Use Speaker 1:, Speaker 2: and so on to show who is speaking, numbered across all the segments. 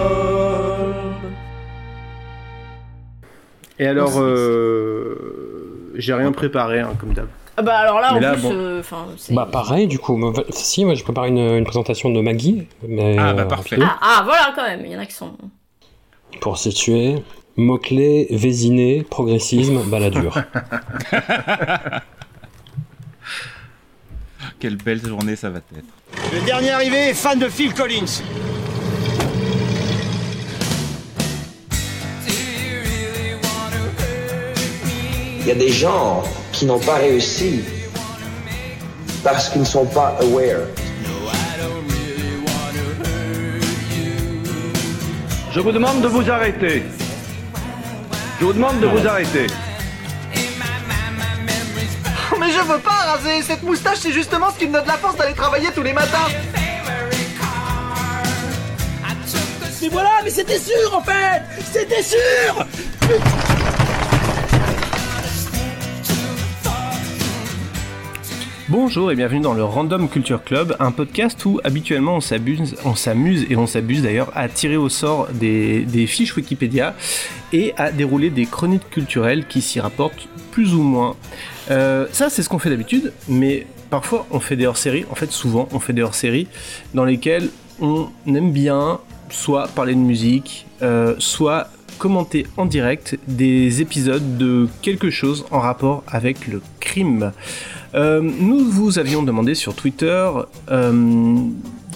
Speaker 1: Microstodome.
Speaker 2: Et alors, euh, j'ai rien préparé, hein, comme d'hab.
Speaker 3: Ah bah alors là,
Speaker 2: Mais
Speaker 3: en
Speaker 2: là,
Speaker 3: plus,
Speaker 2: bon.
Speaker 3: euh, enfin, c'est-
Speaker 4: Bah pareil du coup, moi, si moi je prépare une, une présentation de Maggie, mais
Speaker 5: Ah, bah,
Speaker 4: euh,
Speaker 5: parfait.
Speaker 4: rapide.
Speaker 3: ah, ah, voilà quand même, il y en a qui sont.
Speaker 4: pour situer, mots-clés, vésiné, progressisme, baladure.
Speaker 5: Quelle belle journée ça va être.
Speaker 6: Le dernier arrivé est fan de Phil Collins.
Speaker 7: Il y a des gens qui n'ont pas réussi parce qu'ils ne sont pas aware.
Speaker 2: Je vous demande de vous arrêter. Je vous demande de vous arrêter.
Speaker 8: Mais je veux pas raser Cette moustache, c'est justement ce qui me donne la force d'aller travailler tous les matins
Speaker 1: Mais voilà, mais c'était sûr en fait C'était sûr
Speaker 2: Bonjour et bienvenue dans le Random Culture Club, un podcast où habituellement on s'abuse, on s'amuse et on s'abuse d'ailleurs à tirer au sort des, des fiches Wikipédia et à dérouler des chroniques culturelles qui s'y rapportent plus ou moins. Euh, ça c'est ce qu'on fait d'habitude, mais parfois on fait des hors-séries, en fait souvent on fait des hors-séries dans lesquelles on aime bien soit parler de musique, euh, soit commenter en direct des épisodes de quelque chose en rapport avec le crime. Euh, nous vous avions demandé sur Twitter euh,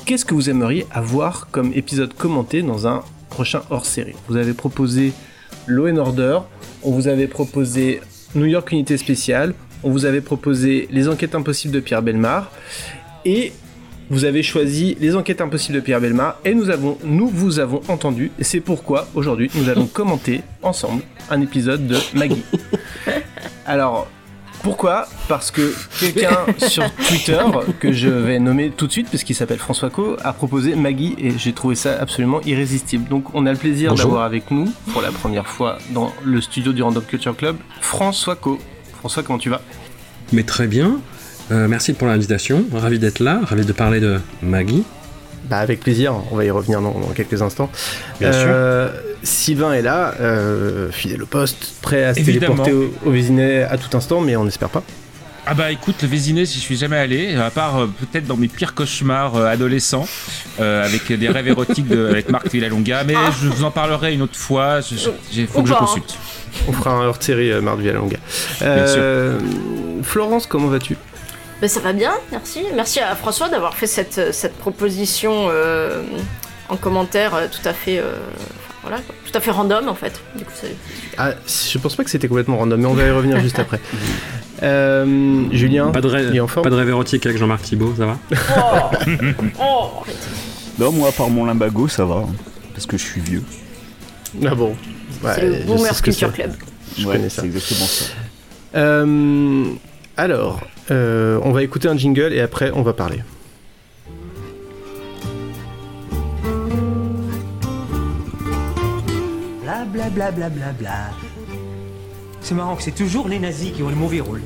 Speaker 2: qu'est-ce que vous aimeriez avoir comme épisode commenté dans un prochain hors-série. Vous avez proposé Law and Order, on vous avait proposé New York Unité Spéciale, on vous avait proposé Les Enquêtes Impossibles de Pierre Belmar, et vous avez choisi Les Enquêtes Impossibles de Pierre Belmar, et nous, avons, nous vous avons entendu, et c'est pourquoi aujourd'hui nous allons commenter ensemble un épisode de Maggie. Alors, pourquoi Parce que quelqu'un sur Twitter, que je vais nommer tout de suite, puisqu'il s'appelle François Co, a proposé Maggie et j'ai trouvé ça absolument irrésistible. Donc on a le plaisir
Speaker 4: Bonjour.
Speaker 2: d'avoir avec nous, pour la première fois dans le studio du Random Culture Club, François Co. François, comment tu vas
Speaker 4: mais très bien, Euh, merci pour l'invitation, ravi d'être là, ravi de parler de Maggie.
Speaker 2: Bah avec plaisir, on va y revenir dans, dans quelques instants.
Speaker 4: Bien
Speaker 2: Euh, Sylvain est là, euh, fidèle au poste, prêt à se
Speaker 5: Évidemment.
Speaker 2: téléporter au, au Vésinet à tout instant, mais on n'espère pas.
Speaker 5: Ah bah écoute, le Vésinet, j'y suis jamais allé, à part euh, peut-être dans mes pires cauchemars euh, adolescents, euh, avec des rêves érotiques de, avec Marc Villalonga, mais je vous en parlerai une autre fois, je, je- j'ai- faut
Speaker 3: Ou
Speaker 5: que je
Speaker 3: pas, hein.
Speaker 5: consulte.
Speaker 2: On fera un hors série euh, mardi à la longue. Florence, comment vas-tu
Speaker 3: Ben, ça va bien, merci. Merci à François d'avoir fait cette, euh, cette proposition euh, en commentaire euh, tout à fait. euh, enfin, voilà, quoi. tout à fait random en fait. Du coup, c'est-
Speaker 2: Ah, je pense pas que c'était complètement random, mais on va y revenir juste après. Euh, Julien,
Speaker 4: Pas de, rêve,
Speaker 2: il est en forme
Speaker 4: pas de rêve érotique avec Jean-Marc Thibault, ça va
Speaker 3: Oh, oh arrête.
Speaker 9: Non, moi, à part mon limbago, ça va. hein, Parce que je suis vieux.
Speaker 2: Ah bon. Ouais,
Speaker 3: C'est
Speaker 2: je
Speaker 3: le
Speaker 2: sais
Speaker 3: Boomer
Speaker 2: ce que
Speaker 3: Culture
Speaker 2: c'est.
Speaker 3: Club.
Speaker 2: Je
Speaker 9: ouais,
Speaker 2: connais ça.
Speaker 9: c'est exactement ça.
Speaker 2: Euh, alors, euh, on va écouter un jingle et après on va parler.
Speaker 8: Bla bla bla bla bla bla. C'est marrant que c'est toujours les nazis qui ont le mauvais rôle.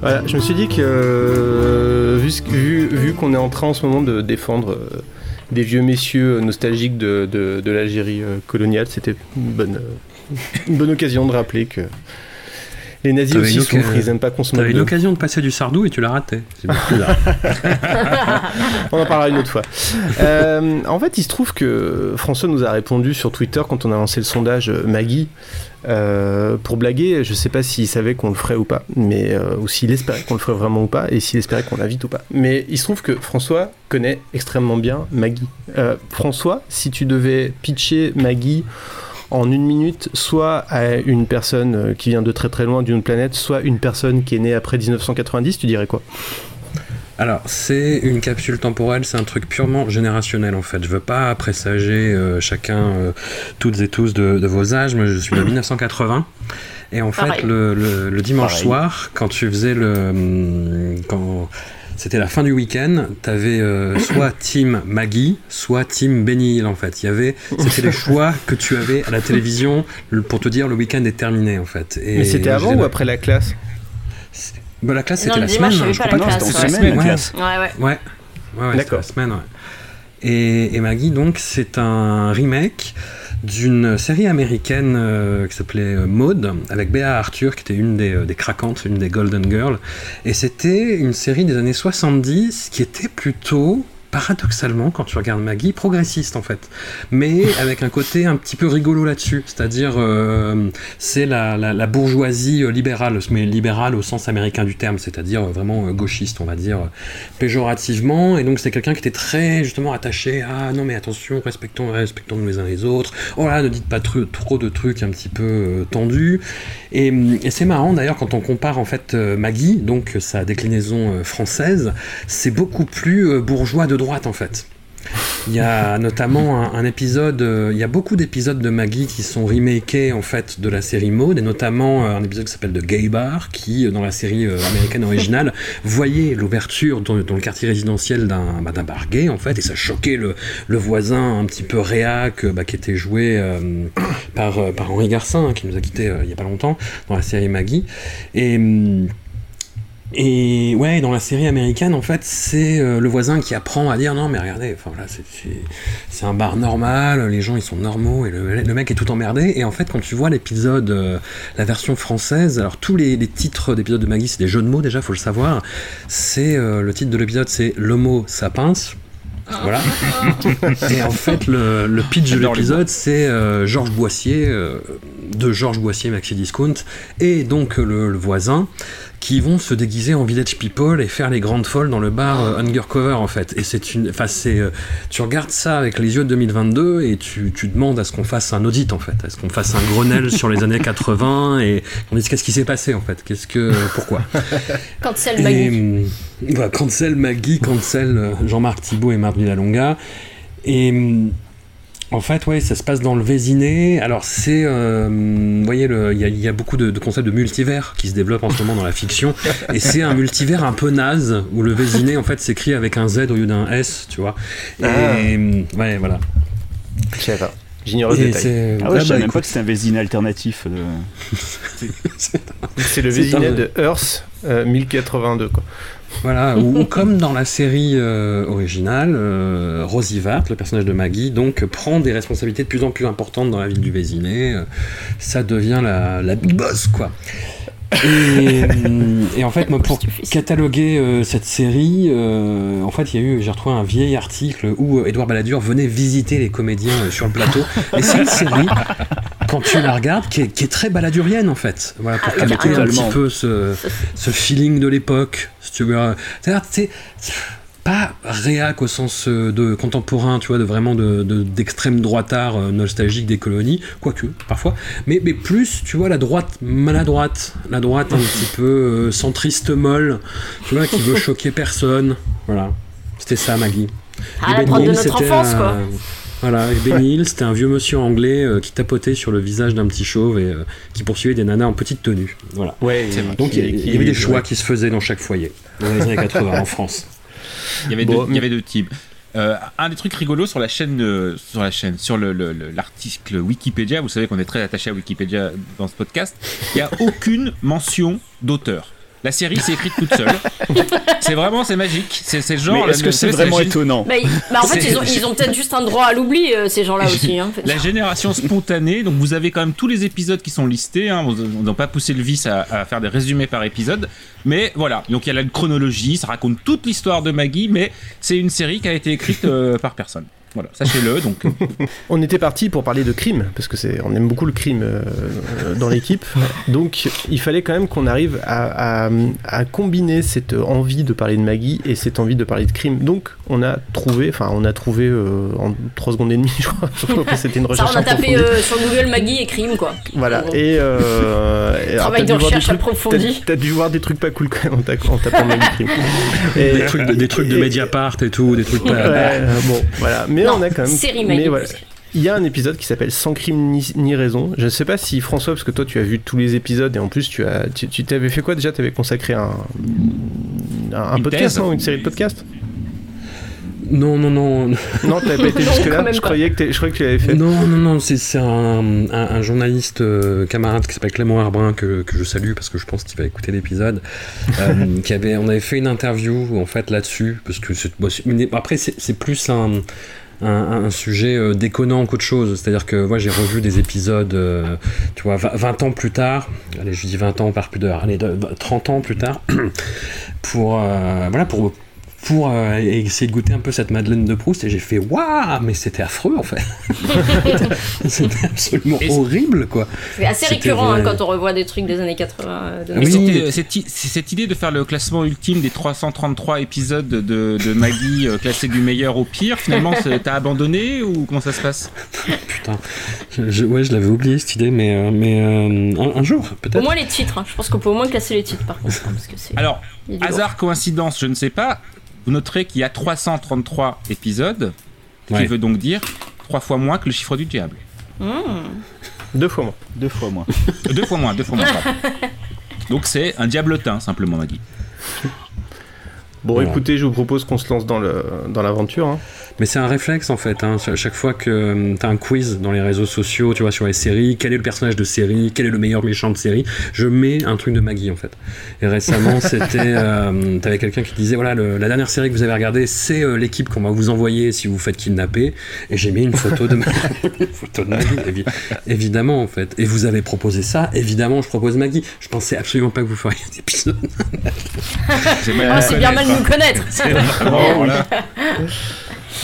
Speaker 2: Voilà, je me suis dit que euh, vu, ce que- vu, vu qu'on est en train en ce moment de défendre euh, des vieux messieurs nostalgiques de, de- de l'Algérie euh, coloniale, c'était une bonne, euh, une bonne occasion de rappeler que les nazis
Speaker 4: T'avais
Speaker 2: aussi
Speaker 4: une occasion-
Speaker 2: souffrent, ils aiment pas qu'on se moque
Speaker 4: T'avais une
Speaker 2: d'eux.
Speaker 4: occasion de passer du sardou et tu l'as raté. C'est bien bizarre.
Speaker 2: On en parlera une autre fois. Euh, en fait, il se trouve que François nous a répondu sur Twitter quand on a lancé le sondage euh, Maggie euh, pour blaguer. Je sais pas s'il savait qu'on le ferait ou pas, mais euh, ou s'il espérait qu'on le ferait vraiment ou pas, et s'il espérait qu'on l'invite ou pas. Mais il se trouve que François connaît extrêmement bien Maggie. Euh, François, si tu devais pitcher Maggie en une minute, soit à une personne euh, qui vient de très très loin d'une planète, soit une personne qui est née après 1990, tu dirais quoi
Speaker 4: Alors, c'est une capsule temporelle, c'est un truc purement générationnel en fait. Je veux pas présager euh, chacun, euh, toutes et tous, de, de vos âges, mais je suis de 1980. Et en fait,
Speaker 3: Pareil.
Speaker 4: le, le- le dimanche
Speaker 9: Pareil.
Speaker 4: soir, quand tu faisais le. hum, Quand c'était la fin du week-end, t'avais euh, soit Team Maggie, soit Team Benny Hill en fait. Il y avait. C'était les choix que tu avais à la télévision le- pour te dire le week-end est terminé en fait. Et
Speaker 2: Mais c'était avant
Speaker 4: j'étais
Speaker 2: ou
Speaker 4: là-
Speaker 2: après la classe
Speaker 4: Bah, La classe,
Speaker 3: Non,
Speaker 4: c'était
Speaker 3: le
Speaker 4: Bah, la
Speaker 3: dimanche,
Speaker 4: semaine.
Speaker 3: il y avait
Speaker 4: je
Speaker 3: pas
Speaker 4: crois
Speaker 3: la
Speaker 9: non,
Speaker 3: classe,
Speaker 9: c'était en
Speaker 3: ouais.
Speaker 9: semaine, la
Speaker 4: Ouais.
Speaker 9: classe.
Speaker 3: Ouais, ouais.
Speaker 4: Ouais. Ouais, ouais, c'était
Speaker 2: D'accord.
Speaker 4: la semaine, ouais. Et, et Maggie, donc, c'est un remake d'une série américaine euh, qui s'appelait euh, Maud, avec Béa Arthur, qui était une des, euh, des craquantes, une des Golden Girls. Et c'était une série des années 70 qui était plutôt, paradoxalement, quand tu regardes Maggie, progressiste en fait. Mais avec un côté un petit peu rigolo là-dessus. C'est-à-dire, euh, c'est la, la- la bourgeoisie euh, libérale, mais libérale au sens américain du terme, c'est-à-dire euh, vraiment euh, gauchiste, on va dire, euh, péjorativement. Et donc, c'est quelqu'un qui était très justement attaché à non, mais attention, respectons, respectons les uns les autres. Oh là, ne dites pas tru- trop de trucs un petit peu euh, tendus. Et, hum, et c'est marrant d'ailleurs quand on compare en fait euh, Maggie, donc euh, sa déclinaison euh, française, c'est beaucoup plus euh, bourgeois de droite en fait. Il y a notamment un, un épisode, euh, il y a beaucoup d'épisodes de Maggie qui sont remakés en fait de la série Maud, et notamment euh, un épisode qui s'appelle The Gay Bar, qui euh, dans la série euh, américaine originale voyait l'ouverture dans, dans le quartier résidentiel d'un bah, d'un bar gay en fait, et ça choquait le, le voisin un petit peu réac euh, bah, qui était joué euh, par, euh, par Henri Garcin, hein, qui nous a quittés euh, il y a pas longtemps dans la série Maggie. Et. hum, et ouais, dans la série américaine, en fait, c'est euh, le voisin qui apprend à dire non, mais regardez, enfin voilà, c'est- c'est- c'est un bar normal, les gens ils sont normaux, et le, le mec est tout emmerdé. Et en fait, quand tu vois l'épisode, euh, la version française, alors tous les, les titres d'épisodes de Maggie, c'est des jeux de mots déjà, faut le savoir. C'est euh, le titre de l'épisode, c'est le mot ça pince. Voilà. Et en fait, le, le pitch de
Speaker 5: J'adore
Speaker 4: l'épisode, c'est euh, Georges Boissier, euh, de Georges Boissier Maxi Discount, et donc euh, le, le voisin, qui vont se déguiser en village people et faire les grandes folles dans le bar euh, Undercover, en fait. Et c'est une. Enfin, c'est. euh, tu regardes ça avec les yeux de 2022 et tu, tu demandes à ce qu'on fasse un audit, en fait. À ce qu'on fasse un Grenelle sur les années 80 et on dise qu'est-ce qui s'est passé, en fait. Qu'est-ce que. Pourquoi
Speaker 3: Cancel Maggie.
Speaker 4: et, hum, bah, cancel Maggie, cancel euh, Jean-Marc Thibault et Marc Villalonga. Et hum, en fait, ouais, ça se passe dans le Vésiné. Alors, c'est. euh, vous voyez, le- il y, a- il y a beaucoup de, de concepts de multivers qui se développent en ce moment dans la fiction. Et c'est un multivers un peu naze, où le Vésiné, en fait, s'écrit avec un Z au lieu d'un S, tu vois. Et.
Speaker 9: Ah.
Speaker 4: hum, Ouais, voilà.
Speaker 2: Je savais pas. J'ignorais le
Speaker 4: Et
Speaker 2: détail.
Speaker 4: c'est-
Speaker 9: Ah ouais,
Speaker 4: Ah
Speaker 9: je
Speaker 4: bah,
Speaker 9: savais même pas
Speaker 4: écoute,
Speaker 9: que c'était un Vésiné alternatif. euh,
Speaker 2: C'est
Speaker 4: c'est
Speaker 2: le Vésinet
Speaker 4: un-
Speaker 2: de Hearth euh, 1082, quoi.
Speaker 4: Voilà, ou, ou comme dans la série euh, originale, euh, Rosie Vart, le personnage de Maggie, donc euh, prend des responsabilités de plus en plus importantes dans la ville du Vésiné. euh, ça devient la, la big boss, quoi. Et, euh, et en fait, moi, pour cataloguer euh, cette série, euh, en fait, il y a eu, j'ai retrouvé un vieil article où Edouard Balladur venait visiter les comédiens euh, sur le plateau. Et c'est une série, quand tu la regardes, qui est, qui est très balladurienne, en fait. Voilà, pour
Speaker 3: Ah,
Speaker 4: capter un
Speaker 9: carrément.
Speaker 4: petit peu ce, ce feeling de l'époque, si tu veux. C'est-à-dire, tu sais, pas réac au sens euh, de contemporain, tu vois, de vraiment de- de- d'extrême de, droitard euh, nostalgique des colonies, quoique parfois, mais, mais plus, tu vois, la droite maladroite, la droite un petit peu euh, centriste molle, tu vois, qui veut choquer personne. Voilà, c'était ça, Maggie.
Speaker 3: Ah,
Speaker 4: Et
Speaker 3: la
Speaker 4: Ben
Speaker 3: droite de
Speaker 4: Hill,
Speaker 3: notre
Speaker 4: c'était
Speaker 3: enfance,
Speaker 4: un-
Speaker 3: quoi.
Speaker 4: Voilà, et Ben Hill, c'était un vieux monsieur anglais euh, qui tapotait sur le visage d'un petit chauve et euh, qui poursuivait des nanas en petite tenue. Voilà.
Speaker 2: Ouais,
Speaker 4: Donc il y, il y avait des choix qui se faisaient dans chaque foyer, dans les années 80 en France.
Speaker 5: Il y avait,
Speaker 2: Bon,
Speaker 5: deux, il y avait deux types. Euh, un des trucs rigolos sur la chaîne, euh, sur la chaîne, sur le- le- le- l'article Wikipédia, vous savez qu'on est très attaché à Wikipédia dans ce podcast, il n'y a aucune mention d'auteur. La série s'est écrite toute seule. c'est vraiment, c'est magique. C'est c'est
Speaker 9: Mais
Speaker 5: genre.
Speaker 9: est-ce
Speaker 5: la-
Speaker 9: que
Speaker 5: la-
Speaker 9: c'est
Speaker 5: la-
Speaker 9: vraiment
Speaker 5: la-
Speaker 9: étonnant
Speaker 3: Bah, ils- bah, en fait,
Speaker 5: C'est-
Speaker 3: ils ont, ils ont peut-être juste un droit à l'oubli, euh, ces gens-là aussi. Hein, en fait.
Speaker 5: La génération spontanée, donc vous avez quand même tous les épisodes qui sont listés, hein, on n'a pas poussé le vice à, à faire des résumés par épisode, mais voilà, donc il y a la chronologie, ça raconte toute l'histoire de Maggie, mais c'est une série qui a été écrite euh, par personne. Voilà, sachez-le, donc euh,
Speaker 2: On était parti pour parler de crime, parce que c'est, on aime beaucoup le crime euh, euh, dans l'équipe. Donc, il fallait quand même qu'on arrive à, à- à combiner cette envie de parler de Maggie et cette envie de parler de crime. Donc, on a trouvé, enfin, on a trouvé euh, en 3 secondes et demie, je crois. Je crois que c'était une
Speaker 3: Ça,
Speaker 2: recherche.
Speaker 3: on a tapé
Speaker 2: approfondie.
Speaker 3: euh, sur Google Maggie et crime, quoi.
Speaker 2: Voilà.
Speaker 3: en gros.
Speaker 2: Et, euh, et alors,
Speaker 3: Travail
Speaker 2: t'as dû voir
Speaker 3: de
Speaker 2: des
Speaker 3: recherche
Speaker 2: trucs-
Speaker 3: approfondie.
Speaker 2: t'as- T'as dû voir des trucs pas cool quand même en ta- en tapant Maggie crime. Et-
Speaker 4: des trucs de, des trucs de
Speaker 2: et-
Speaker 4: Mediapart et tout, des trucs.
Speaker 2: Ouais,
Speaker 4: pas-
Speaker 2: euh, bon, voilà. Mais
Speaker 3: Non,
Speaker 2: on a quand même.
Speaker 3: série Maggie.
Speaker 2: mais voilà. Il y a un épisode qui s'appelle Sans crime ni, ni raison. Je ne sais pas si François, parce que toi tu as vu tous les épisodes et en plus tu as, tu, tu t'avais fait quoi déjà Tu avais consacré un, un, un
Speaker 5: Une
Speaker 2: podcast,
Speaker 5: thèse.
Speaker 2: non Une série de podcasts
Speaker 4: Non, non, non.
Speaker 2: Non, t'avais pas été
Speaker 3: Non,
Speaker 2: jusque-là
Speaker 3: quand même
Speaker 2: Je
Speaker 3: pas.
Speaker 2: croyais que, t'es- je croyais que tu l'avais fait.
Speaker 4: Non, non, non, c'est c'est un, un- un journaliste euh, camarade qui s'appelle Clément Arbrin, que, que je salue parce que je pense qu'il va écouter l'épisode. euh, qui avait, on avait fait une interview en fait là-dessus, parce que c'est- bon, c'est- mais après, c'est c'est plus un, un, un sujet euh, déconnant qu'autre chose. C'est-à-dire que moi, j'ai revu des épisodes, euh, tu vois, 20, 20 ans plus tard, allez, je dis 20 ans par pudeur, allez, de- de- 30 ans plus tard, pour, euh, voilà, pour pour euh, essayer de goûter un peu cette Madeleine de Proust et j'ai fait waouh mais c'était affreux en fait c'était absolument
Speaker 5: Et c'est-
Speaker 4: horrible quoi
Speaker 3: C'est assez
Speaker 4: C'était
Speaker 3: récurrent hein,
Speaker 4: vrai.
Speaker 3: quand on revoit des trucs des années 80. euh, de
Speaker 5: Mais
Speaker 4: Oui.
Speaker 5: c'était, euh, cette, i- c'est cette idée de faire le classement ultime des 333 épisodes de, de Maggie euh, classé du meilleur au pire, finalement, c'est- t'as abandonné ou comment ça se passe
Speaker 4: putain Je- je- ouais je l'avais oublié cette idée mais euh, mais euh, un, un jour
Speaker 3: Au
Speaker 4: peut-être
Speaker 3: moins les titres, hein. je pense qu'on peut au moins classer les titres par contre. hein, parce que c'est-
Speaker 5: Alors,
Speaker 3: il y a du
Speaker 5: hasard, coïncidence, je ne sais pas. Vous noterez qu'il y a 333 épisodes, ce qui
Speaker 4: Ouais.
Speaker 5: veut donc dire trois fois moins que le chiffre du diable.
Speaker 3: lourd. Mmh.
Speaker 2: Deux fois moins.
Speaker 9: Deux fois moins.
Speaker 5: Euh, Deux fois moins, deux fois moins. pardon. Donc c'est un diabletin simplement, Maggie.
Speaker 2: Bon,
Speaker 4: Voilà.
Speaker 2: écoutez, je vous propose qu'on se lance dans le dans l'aventure. hein.
Speaker 4: mais c'est un réflexe en fait hein. à chaque fois que euh, t'as un quiz dans les réseaux sociaux tu vois sur les séries quel est le personnage de série quel est le meilleur méchant de série je mets un truc de Maggie en fait et récemment c'était euh, t'avais quelqu'un qui disait voilà le- la dernière série que vous avez regardée c'est euh, l'équipe qu'on va vous envoyer si vous vous faites kidnapper et j'ai mis une photo de Maggie une photo de Maggie évi- évidemment en fait et vous avez proposé ça évidemment je propose Maggie je pensais absolument pas que vous feriez un épisode
Speaker 5: C'est mal
Speaker 3: Ah,
Speaker 5: nous
Speaker 3: c'est bien Ah, mal
Speaker 5: connaître,
Speaker 3: de
Speaker 5: hein.
Speaker 3: nous connaître.
Speaker 5: Vraiment, voilà.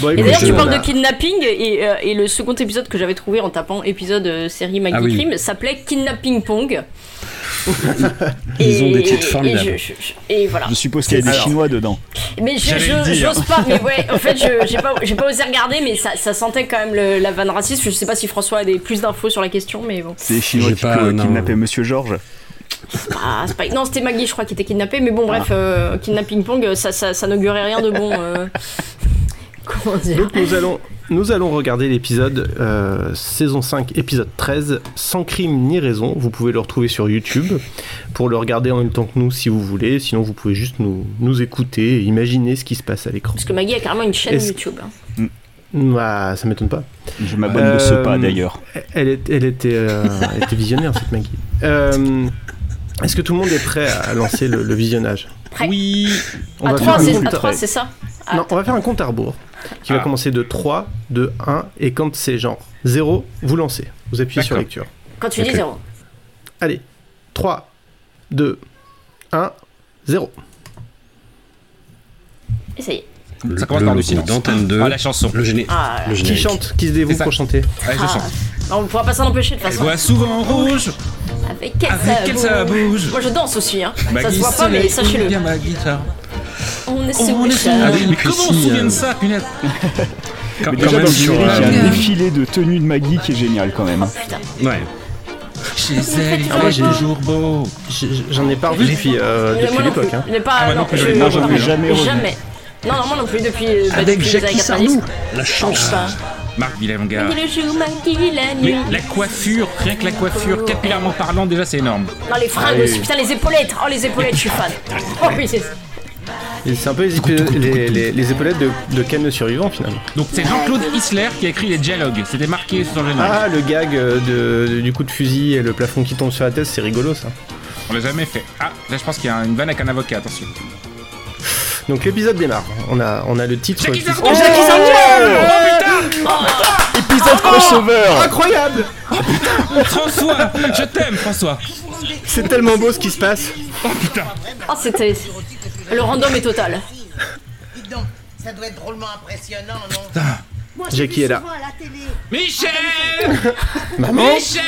Speaker 2: Bon,
Speaker 3: Et
Speaker 2: écoute,
Speaker 3: d'ailleurs,
Speaker 4: je-
Speaker 3: tu parles
Speaker 2: on a-
Speaker 3: de kidnapping et, euh, et le second épisode que j'avais trouvé en tapant épisode euh, série Maggie
Speaker 4: Ah oui.
Speaker 3: Crime s'appelait Kidnapping Pong.
Speaker 4: Ils ont des titres
Speaker 3: et-
Speaker 4: formidables.
Speaker 3: Et, je- je- je- et voilà.
Speaker 9: Je suppose qu'il y a des
Speaker 2: Alors.
Speaker 9: Chinois dedans.
Speaker 3: Mais je,
Speaker 5: J'allais le
Speaker 3: je-
Speaker 5: dire.
Speaker 3: j'ose pas, mais ouais, en fait, je- j'ai pas, j'ai pas osé regarder, mais ça, ça sentait quand même le- la vanne raciste. Je sais pas si François a des, plus d'infos sur la question, mais bon.
Speaker 9: C'est les Chinois
Speaker 4: J'ai
Speaker 9: qui
Speaker 4: pas- euh,
Speaker 9: co-
Speaker 4: non.
Speaker 9: kidnappaient Monsieur Georges.
Speaker 3: Ah, c'est pas... Non, c'était Maggie, je crois, qui était kidnappée, mais bon, bref, euh, Kidnapping Pong, ça, ça, ça n'augurait rien de bon. euh, Comment dire
Speaker 2: Donc nous allons, nous allons regarder l'épisode euh, saison 5, épisode 13, sans crime ni raison. Vous pouvez le retrouver sur YouTube pour le regarder en même temps que nous si vous voulez. Sinon, vous pouvez juste nous, nous écouter et imaginer ce qui se passe à l'écran.
Speaker 3: Parce que Maggie a carrément une chaîne
Speaker 2: Est-ce-
Speaker 3: YouTube. hein.
Speaker 2: Ouah, ça m'étonne pas.
Speaker 9: Je m'abonne
Speaker 2: Euh,
Speaker 9: de ce pas d'ailleurs.
Speaker 2: Elle, est- elle était, euh, elle était visionnaire, cette Maggie. Euh, Est-ce que tout le monde est prêt à lancer le, le visionnage
Speaker 3: Prêt.
Speaker 5: Oui,
Speaker 2: on
Speaker 3: à,
Speaker 2: va
Speaker 3: 3,
Speaker 2: faire un
Speaker 3: c'est,
Speaker 2: compte
Speaker 3: à trois,
Speaker 2: à-
Speaker 3: c'est ça Ah,
Speaker 2: Non, on va faire un compte à rebours qui va
Speaker 5: Ah.
Speaker 2: commencer de 3, de 1, et quand c'est genre 0, vous lancez. Vous appuyez sur
Speaker 5: D'accord.
Speaker 2: lecture.
Speaker 3: Quand tu
Speaker 4: Ok.
Speaker 3: dis euh, zéro.
Speaker 2: Allez, 3, 2, 1, 0.
Speaker 3: Et ça y est.
Speaker 5: ça commence
Speaker 4: Le
Speaker 5: par
Speaker 4: logo
Speaker 5: du silence.
Speaker 4: d'Antenne 2.
Speaker 5: Ah, la chanson.
Speaker 4: le géné-
Speaker 3: Ah, là,
Speaker 4: le
Speaker 2: Qui
Speaker 4: générique
Speaker 2: chante Qui se dévoue
Speaker 5: C'est ça.
Speaker 2: pour chanter
Speaker 5: Allez, je
Speaker 3: ah.
Speaker 5: chante.
Speaker 3: Alors, on pourra pas s'en empêcher de toute
Speaker 5: Elle
Speaker 3: façon.
Speaker 5: voit souvent rouge,
Speaker 3: Avec quel,
Speaker 5: avec
Speaker 3: ça,
Speaker 5: quel
Speaker 3: bouge.
Speaker 5: ça bouge.
Speaker 3: Moi je danse aussi, hein. ça
Speaker 5: Maggie
Speaker 3: se voit pas,
Speaker 5: se
Speaker 3: mais
Speaker 5: lève,
Speaker 3: sachez-le.
Speaker 5: bien ma guitare.
Speaker 3: On est
Speaker 5: On est sur-
Speaker 3: spécial.
Speaker 5: Ah
Speaker 4: oui,
Speaker 5: oui, mais
Speaker 4: puis
Speaker 5: comment on
Speaker 4: si,
Speaker 5: se souvient
Speaker 4: euh,
Speaker 5: de ça, punaise
Speaker 4: Quand-
Speaker 9: Mais
Speaker 4: quand
Speaker 9: déjà
Speaker 4: même
Speaker 9: dans le
Speaker 4: sur,
Speaker 9: générique, il y a
Speaker 4: euh,
Speaker 9: un défilé de tenues de Maggie qui est génial quand même.
Speaker 3: Ah, Putain.
Speaker 4: ouais
Speaker 5: Chez elle, il
Speaker 3: Ah, moi,
Speaker 5: fait
Speaker 2: j'ai-
Speaker 5: toujours beau.
Speaker 2: J'ai- J'en ai pas revu depuis, euh,
Speaker 3: Mais
Speaker 2: depuis
Speaker 3: moi non
Speaker 2: l'époque.
Speaker 3: plus.
Speaker 2: hein.
Speaker 3: Mais pas.
Speaker 5: Ah, moi non
Speaker 3: non,
Speaker 5: plus,
Speaker 3: je-
Speaker 5: j'en ai
Speaker 3: non,
Speaker 5: jamais
Speaker 3: pareil.
Speaker 9: jamais revu.
Speaker 3: Jamais. Non, non, moi non plus depuis. euh, bah,
Speaker 4: avec
Speaker 3: depuis les
Speaker 4: Jackie
Speaker 3: années 90.
Speaker 4: Sardou la chance
Speaker 5: Marc Villavonga.
Speaker 3: Le jour, Maggie, la nuit.
Speaker 5: Ah. Mais la coiffure, rien que la coiffure, capillairement parlant, déjà c'est énorme.
Speaker 3: Non, les fringues aussi. Putain, les épaulettes. Oh, les épaulettes, je suis fan. Oh oui, c'est
Speaker 2: Et C'est un peu les, épi- les, les- les épaulettes de, de Ken le survivant finalement.
Speaker 5: Donc c'est Jean-Claude Isler qui a écrit les dialogues. C'était marqué sur le générique.
Speaker 2: Ah, le gag euh, de, du coup de fusil et le plafond qui tombe sur la tête, c'est rigolo ça.
Speaker 5: On l'a jamais fait. Ah, là je pense qu'il y a une vanne avec un avocat, attention.
Speaker 2: Donc l'épisode démarre. On a, on a le titre.
Speaker 5: Jackie
Speaker 2: qui-
Speaker 5: Sardou
Speaker 2: Oh, Oh,
Speaker 3: Jackie Sardou
Speaker 9: Épisode crossover
Speaker 2: Incroyable
Speaker 5: François Je t'aime, François
Speaker 2: C'est tellement beau ce qui se passe.
Speaker 3: Oh, c'était. Le random est total.
Speaker 10: Dis donc, ça doit être drôlement impressionnant, non
Speaker 2: Jackie est là.
Speaker 5: Michel
Speaker 2: Maman
Speaker 5: Michel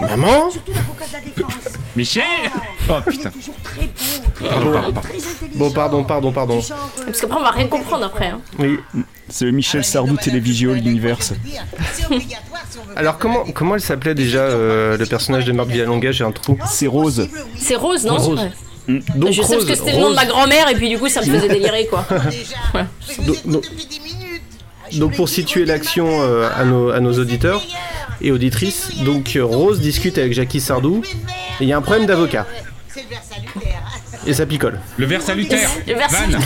Speaker 2: Maman
Speaker 5: Michel Oh putain. Pardon, pardon, pardon.
Speaker 2: Bon, pardon, pardon, pardon.
Speaker 10: euh,
Speaker 3: Parce qu'après, on va rien comprendre après. hein.
Speaker 2: Oui.
Speaker 9: Mm. C'est le
Speaker 10: Ah,
Speaker 9: Michel Sardou Télévisio, l'univers.
Speaker 10: C'est obligatoire si on veut.
Speaker 2: Alors comment, comment elle s'appelait déjà euh, le personnage de Marc Villalonga J'ai un trou.
Speaker 9: C'est Rose.
Speaker 3: C'est Rose, non
Speaker 2: Rose. Mm.
Speaker 3: Ouais.
Speaker 2: Donc
Speaker 3: Je sais parce
Speaker 2: Rose,
Speaker 3: que c'était le nom de
Speaker 2: Rose-
Speaker 3: ma grand-mère et puis du coup ça me faisait délirer quoi.
Speaker 10: Déjà, je vous
Speaker 2: Donc-
Speaker 10: écoute
Speaker 2: donc-
Speaker 10: depuis 10 minutes. Ah,
Speaker 2: Donc pour situer l'action euh, à, nos, à nos auditeurs et auditrices, donc euh, Rose discute avec Jackie
Speaker 10: Ah,
Speaker 2: Sardou et il y a un problème d'avocat
Speaker 10: C'est le verre salutaire.
Speaker 2: et ça picole.
Speaker 5: Le verre salutaire
Speaker 3: Le verre
Speaker 5: Vanne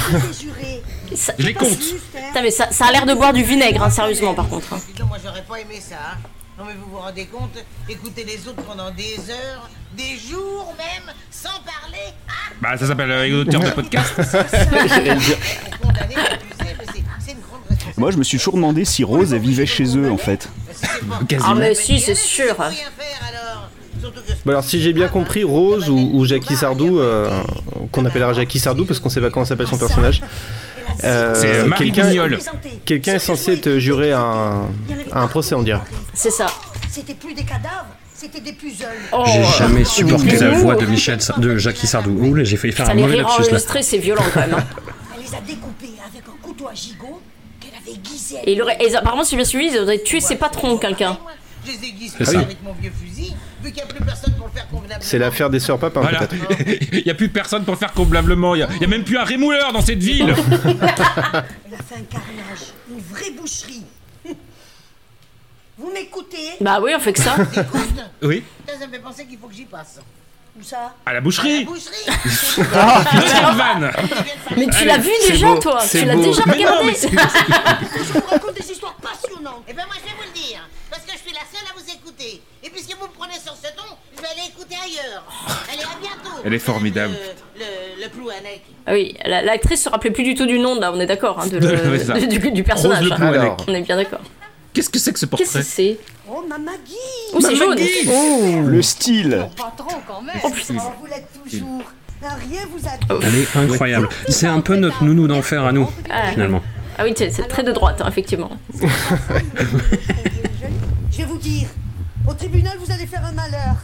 Speaker 3: Ça-
Speaker 5: Je les compte
Speaker 10: Juste
Speaker 3: Putain, mais ça, ça a l'air de boire du vinaigre, hein, sérieusement, par contre. hein.
Speaker 10: Sinon, moi, j'aurais pas aimé ça. hein. Non, mais vous vous rendez compte Écouter les autres pendant des heures, des jours même, sans parler Ah,
Speaker 5: Bah, ça s'appelle la rigueur de podcast.
Speaker 9: J'allais le dire.
Speaker 10: Condamné, accusé, mais c'est- c'est une grande responsabilité. Bah,
Speaker 9: Moi, je me suis toujours demandé si Rose, elle vivait chez eux, en fait.
Speaker 3: Ah, mais si, c'est sûr.
Speaker 2: Bah alors si j'ai
Speaker 10: Ah,
Speaker 2: bien compris, Rose ou, ou Jackie Sardou, euh, qu'on appellera Jackie Sardou parce qu'on sait pas comment s'appelle
Speaker 10: Ah,
Speaker 2: son personnage. euh,
Speaker 5: C'est Marie
Speaker 2: quelqu'un-
Speaker 5: Guignol.
Speaker 2: Quelqu'un est censé être juré à un, à un procès, on dirait.
Speaker 3: C'est ça.
Speaker 2: Ah,
Speaker 10: C'était plus des cadavres, c'était des puzzles.
Speaker 3: Oh,
Speaker 4: J'ai
Speaker 3: euh,
Speaker 4: jamais supporté
Speaker 3: mais
Speaker 4: la
Speaker 3: nous,
Speaker 4: voix de Michel, Sa- de Jackie Sardou. Oula, j'ai failli faire
Speaker 3: Ça
Speaker 4: un
Speaker 3: les
Speaker 4: mauvais
Speaker 3: rira
Speaker 4: lapsus là.
Speaker 3: enregistrés, c'est violent quand même. hein.
Speaker 10: Elle les a découpés avec un couteau à gigot qu'elle avait aiguisé.
Speaker 3: Et, il aurait- et apparemment, si je me suis mis, ils auraient tué ses patrons, quelqu'un.
Speaker 10: Je les aiguise
Speaker 4: C'est ça.
Speaker 10: avec mon vieux fusil, vu qu'il n'y a plus personne pour le faire convenablement.
Speaker 2: C'est l'affaire des sœurs Papin
Speaker 5: Voilà.
Speaker 2: peut-être.
Speaker 5: Il y a plus personne pour faire convenablement. Il y, a- il y a même plus un rémouleur dans cette ville.
Speaker 10: Elle a fait un carnage, une vraie boucherie.
Speaker 11: Vous m'écoutez
Speaker 3: Bah oui, on fait que ça.
Speaker 10: Écoute,
Speaker 5: Oui.
Speaker 10: ça, ça me fait penser qu'il faut que j'y passe.
Speaker 11: Où ça
Speaker 5: À la
Speaker 10: La
Speaker 5: boucherie.
Speaker 10: boucherie
Speaker 4: Ah.
Speaker 5: Deuxième vanne.
Speaker 3: Mais tu
Speaker 5: Allez,
Speaker 3: l'as vu
Speaker 2: c'est
Speaker 3: déjà,
Speaker 2: beau,
Speaker 3: toi
Speaker 2: c'est
Speaker 3: Tu l'as
Speaker 2: beau.
Speaker 3: déjà
Speaker 5: Mais non,
Speaker 3: regardé
Speaker 5: mais c'est-
Speaker 11: Je vous raconte des histoires passionnantes.
Speaker 10: Eh ben moi, je vais vous le dire, parce que je suis la seule à vous écouter. Et puisque vous me prenez sur ce ton, je vais aller écouter ailleurs. Allez, à bientôt.
Speaker 5: Elle est formidable.
Speaker 10: Le, le, le Plouanec.
Speaker 3: Ah Oui, la- l'actrice se rappelait plus du tout du nom, là, on est d'accord, hein, de le-
Speaker 5: Ouais, ça.
Speaker 3: de- du, du personnage.
Speaker 5: Rose Le
Speaker 3: hein.
Speaker 5: Plouanec.
Speaker 2: Alors.
Speaker 3: On est bien d'accord.
Speaker 5: Qu'est-ce que c'est que ce
Speaker 3: Qu'est-ce
Speaker 5: portrait
Speaker 3: que c'est
Speaker 11: Oh, ma Maggie
Speaker 3: Oh, c'est jaune
Speaker 9: Le style
Speaker 11: Pas trop, quand même
Speaker 5: putain.
Speaker 11: Oh, Vous l'êtes toujours Euh, Rien vous
Speaker 5: Ah,
Speaker 11: a dit
Speaker 4: Elle est incroyable. C'est un peu notre nounou d'enfer à nous,
Speaker 3: Ah.
Speaker 4: finalement.
Speaker 3: Ah oui, c'est c'est très de droite, hein, effectivement.
Speaker 11: Je vais vous dire,
Speaker 5: oh.
Speaker 11: au tribunal, vous allez faire un malheur.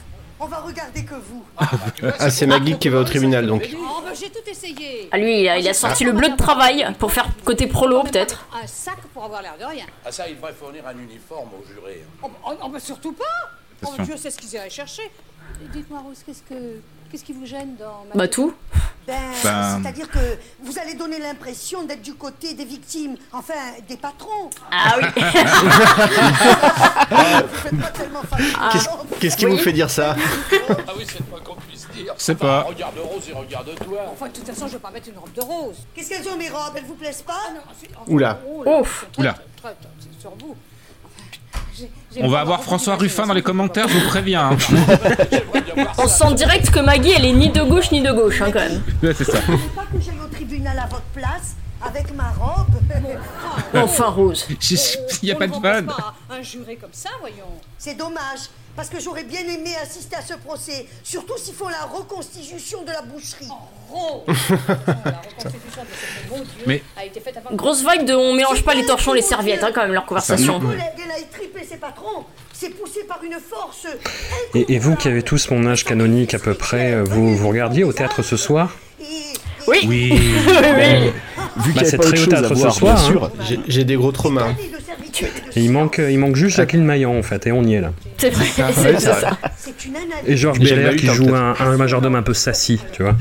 Speaker 11: On va regarder que vous.
Speaker 2: Ah c'est Maggie qui va au tribunal donc.
Speaker 12: Oh, bah, j'ai tout essayé.
Speaker 3: Ah, lui, il a, il a sorti le bleu de travail pour faire côté prolo, peut-être.
Speaker 12: Un sac pour avoir l'air de rien.
Speaker 6: Ah ça, il devrait fournir un uniforme hein. aux jurés.
Speaker 12: Oh, bah, oh, oh, bah, surtout pas. Oh,
Speaker 5: Attention.
Speaker 12: Dieu sait ce qu'ils iraient chercher. Dites-moi, Rose, qu'est-ce que. Qu'est-ce qui vous gêne dans ma...
Speaker 3: Bah tout.
Speaker 11: Ben,
Speaker 5: Ben.
Speaker 11: c'est-à-dire que vous allez donner l'impression d'être du côté des victimes, enfin, des patrons.
Speaker 3: Ah oui.
Speaker 11: Vous faites pas tellement
Speaker 5: Ah.
Speaker 11: facile.
Speaker 2: Qu'est-ce- Qu'est-ce qui vous fait dire ça
Speaker 6: Ah oui, c'est pas qu'on puisse dire.
Speaker 5: C'est pas.
Speaker 6: Regarde Rose et regarde toi.
Speaker 12: Enfin, de toute façon, je vais pas mettre une robe de rose. Ah
Speaker 11: Qu'est-ce qu'elles ont mes robes Elles vous plaisent pas
Speaker 2: Oula.
Speaker 4: Bah,
Speaker 3: Ouf.
Speaker 5: Oula.
Speaker 12: C'est sur vous. J'ai- j'ai
Speaker 5: On va
Speaker 12: pas
Speaker 5: avoir
Speaker 12: envie
Speaker 5: François
Speaker 12: de vous
Speaker 5: Ruffin dans
Speaker 12: laisser
Speaker 5: les commentaires, je vous préviens. hein.
Speaker 3: On sent direct que Maggie, elle est ni de gauche ni de gauche, hein, quand même.
Speaker 5: Ouais, c'est ça.
Speaker 11: Vous voulez pas que j'aille au tribunal à votre place avec ma robe
Speaker 3: Enfin, Rose.
Speaker 5: Il n'y a
Speaker 12: On
Speaker 5: pas
Speaker 12: le
Speaker 5: de
Speaker 12: remplace
Speaker 5: vanne.
Speaker 12: pas, Un juré comme ça, voyons.
Speaker 11: C'est dommage, parce que j'aurais bien aimé assister à ce procès, surtout s'ils font la reconstitution de la boucherie.
Speaker 12: Rose. La reconstitution de ce bon Dieu
Speaker 5: Mais-
Speaker 12: a été faite avant.
Speaker 3: Grosse vague de on mélange pas les torchons, les serviettes, hein, quand même, leur conversation.
Speaker 11: Mon collègue, elle a étripé ses patrons. C'est poussé par une force.
Speaker 4: Et, et vous qui avez tous mon âge canonique à peu près, euh, vous vous regardiez au théâtre ce soir
Speaker 11: Et-
Speaker 3: Oui.
Speaker 5: Oui.
Speaker 9: Vu qu'il
Speaker 4: Bah,
Speaker 9: n'y
Speaker 4: c'est
Speaker 9: avait pas
Speaker 4: très
Speaker 9: autre
Speaker 4: au
Speaker 9: chose à
Speaker 4: théâtre ce
Speaker 9: voir,
Speaker 4: soir,
Speaker 9: bien
Speaker 4: hein.
Speaker 9: sûr.
Speaker 2: J'ai- J'ai des gros traumas.
Speaker 11: et de servitude et de
Speaker 4: Et il manque, euh, il manque juste
Speaker 9: Ah.
Speaker 4: Jacqueline Maillan en fait, et on y est là.
Speaker 3: C'est vrai, c'est c'est ça.
Speaker 11: silence. C'est une analyse.
Speaker 4: Et Georges
Speaker 2: Et Jacques
Speaker 4: Belair
Speaker 2: Mahut,
Speaker 4: qui
Speaker 2: hein,
Speaker 4: joue
Speaker 2: peut-être.
Speaker 4: un, un majordome un peu sassy, tu vois.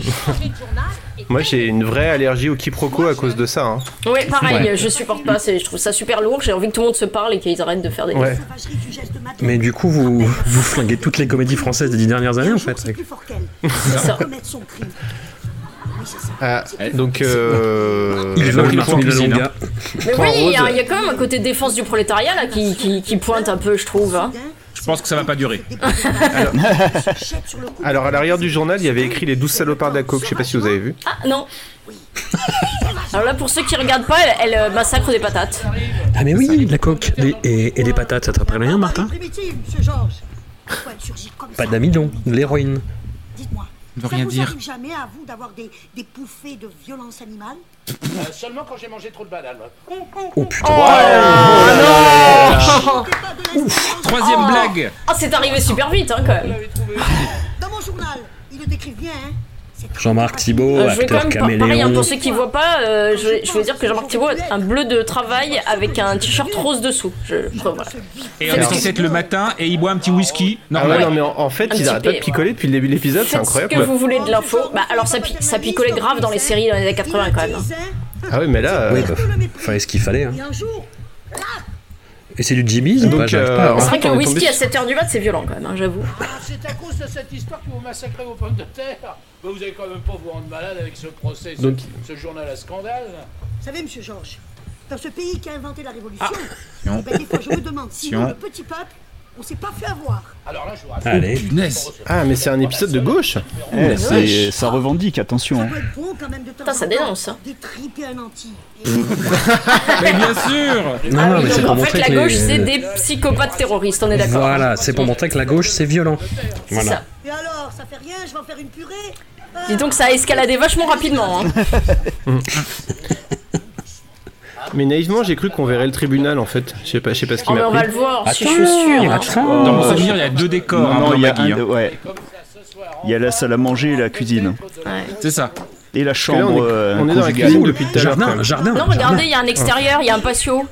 Speaker 2: Moi j'ai une vraie allergie au quiproquo à cause de ça. hein.
Speaker 3: Ouais, pareil, je supporte pas, c'est- je trouve ça super lourd, j'ai envie que tout le monde se parle et qu'ils arrêtent de faire des...
Speaker 2: Ouais.
Speaker 11: Ravagerie du geste de madame.
Speaker 4: Mais du coup, vous, vous flinguez toutes les comédies françaises des dix dernières années en fait.
Speaker 11: C'est plus fort qu'elle.
Speaker 3: ça.
Speaker 11: C'est commettre son crime. Oui, c'est ça.
Speaker 2: Ah, donc euh...
Speaker 4: Ils
Speaker 5: donc,
Speaker 4: veulent
Speaker 5: il faut
Speaker 4: Martin
Speaker 5: en cuisine,
Speaker 4: Delonga.
Speaker 9: hein.
Speaker 3: Mais
Speaker 2: Point
Speaker 3: oui, il y, a-
Speaker 2: rose.
Speaker 3: il y a quand même un côté défense du prolétariat là qui, qui, qui pointe un peu, je trouve. hein.
Speaker 5: Je pense que ça va pas durer.
Speaker 2: Alors à l'arrière du journal, il y avait écrit les 12 salopards de la coke, je sais pas si vous avez vu.
Speaker 3: Ah non Alors là, pour ceux qui regardent pas, elle, elle, euh, massacre des patates.
Speaker 4: Ah mais oui, de la coque des- et, et des patates, ça te rappelle rien Martin
Speaker 11: Primitive, ce Georges. Pourquoi elle surgit comme
Speaker 4: Pas
Speaker 11: ça
Speaker 4: d'amidon, de l'héroïne.
Speaker 11: Dites-moi.
Speaker 5: Ne
Speaker 11: ça
Speaker 5: rien
Speaker 11: vous
Speaker 5: dire.
Speaker 11: arrive jamais à vous d'avoir des, des bouffées de violence animale
Speaker 6: Euh, seulement quand j'ai mangé trop de bananes.
Speaker 4: Oh putain
Speaker 11: C'était pas de l'inspiration.
Speaker 5: Troisième
Speaker 3: Oh.
Speaker 5: blague.
Speaker 3: Ah, c'est arrivé super vite hein, quand même.
Speaker 11: Dans mon journal, il le décrivent bien. Hein. C'est
Speaker 4: Jean-Marc
Speaker 11: très-
Speaker 4: Thibault,
Speaker 3: Euh, je vais quand
Speaker 4: acteur
Speaker 3: même par- pareil hein,
Speaker 4: caméléon.
Speaker 3: pour ceux qui voient pas, euh, je, vais- je veux dire que Jean-Marc Thibault a un bleu de travail avec un t-shirt rose dessous. Je, je- voilà.
Speaker 5: Et on est censé être le matin et il boit un petit whisky.
Speaker 2: Ah ouais,
Speaker 5: Normal.
Speaker 2: non mais en, en fait,
Speaker 3: Un
Speaker 2: ils
Speaker 3: petit
Speaker 2: arrêtent pas de
Speaker 3: peu.
Speaker 2: picoler depuis le début de l'épisode, c'est
Speaker 3: Faites ce que
Speaker 2: incroyable.
Speaker 3: vous voulez de l'info. Bah alors ça, pi- ça picolait grave dans les séries dans les années 80 quand même. hein.
Speaker 2: Ah ouais, mais là euh,
Speaker 4: Oui, bah, fallait ce qu'il fallait. hein.
Speaker 11: Et un jour,
Speaker 4: Et c'est du Jimmy's ou
Speaker 2: Donc,
Speaker 4: pas J'arrive
Speaker 2: euh,
Speaker 4: pas.
Speaker 2: en
Speaker 4: hein.
Speaker 3: C'est vrai que le
Speaker 2: on est tombé
Speaker 3: whisky
Speaker 2: sur-
Speaker 3: à 7h du mat c'est violent quand même, hein, j'avoue.
Speaker 6: Ah, c'est à cause de cette histoire que vous massacrez vos pommes de terre. Bah, vous allez quand même pas vous rendre malade avec ce procès, ce,
Speaker 2: Donc-
Speaker 6: ce journal à scandale.
Speaker 11: vous savez, monsieur Georges, dans ce pays qui a inventé la révolution.
Speaker 5: Non.
Speaker 3: Ah.
Speaker 11: Eh ben, des fois, je me demande si
Speaker 2: Sion.
Speaker 11: nous, le petit peuple, on s'est pas fait avoir.
Speaker 6: Alors là, je vous
Speaker 2: Allez. Ah, mais c'est un épisode de gauche.
Speaker 9: Eh, c'est- ça revendique, attention. hein.
Speaker 11: Bon, quand même, de temps
Speaker 3: Putain,
Speaker 11: en
Speaker 3: ça
Speaker 11: temps,
Speaker 3: dénonce, hein.
Speaker 11: détriper un anti.
Speaker 4: Mais bien
Speaker 5: sûr
Speaker 4: Ah Non, non, mais c'est
Speaker 3: Ah Donc,
Speaker 4: pour
Speaker 3: en fait,
Speaker 4: montrer
Speaker 3: la
Speaker 4: que les-
Speaker 3: gauche, c'est des psychopathes terroristes, on est d'accord.
Speaker 4: Voilà, c'est pour montrer que la gauche, c'est violent.
Speaker 3: ça.
Speaker 4: Voilà.
Speaker 11: Et alors, ça fait rien, je vais en faire une purée.
Speaker 3: Dis donc, ça a escaladé vachement rapidement. hein.
Speaker 2: Mais naïvement, j'ai cru qu'on verrait le tribunal en fait. Je sais pas, je sais pas ce qui
Speaker 3: Oh,
Speaker 2: m'a
Speaker 3: mais on
Speaker 2: pris.
Speaker 3: va le voir, si je suis hein. sûre.
Speaker 5: Dans mon souvenir, il y a deux décors,
Speaker 9: Oh,
Speaker 5: hein,
Speaker 9: Non, non,
Speaker 5: dans
Speaker 9: Oh, il y a
Speaker 5: Maggie,
Speaker 9: un-
Speaker 5: hein.
Speaker 9: ouais. Il y a la salle à manger et la cuisine.
Speaker 5: C'est ça.
Speaker 9: Et la
Speaker 2: là, on est-
Speaker 9: chambre. euh,
Speaker 2: on est dans la
Speaker 9: conjugale.
Speaker 2: cuisine depuis tout à l'heure,
Speaker 9: Jardin,
Speaker 2: quand même.
Speaker 9: jardin.
Speaker 3: Non, regardez, il y a un extérieur, il y a un patio.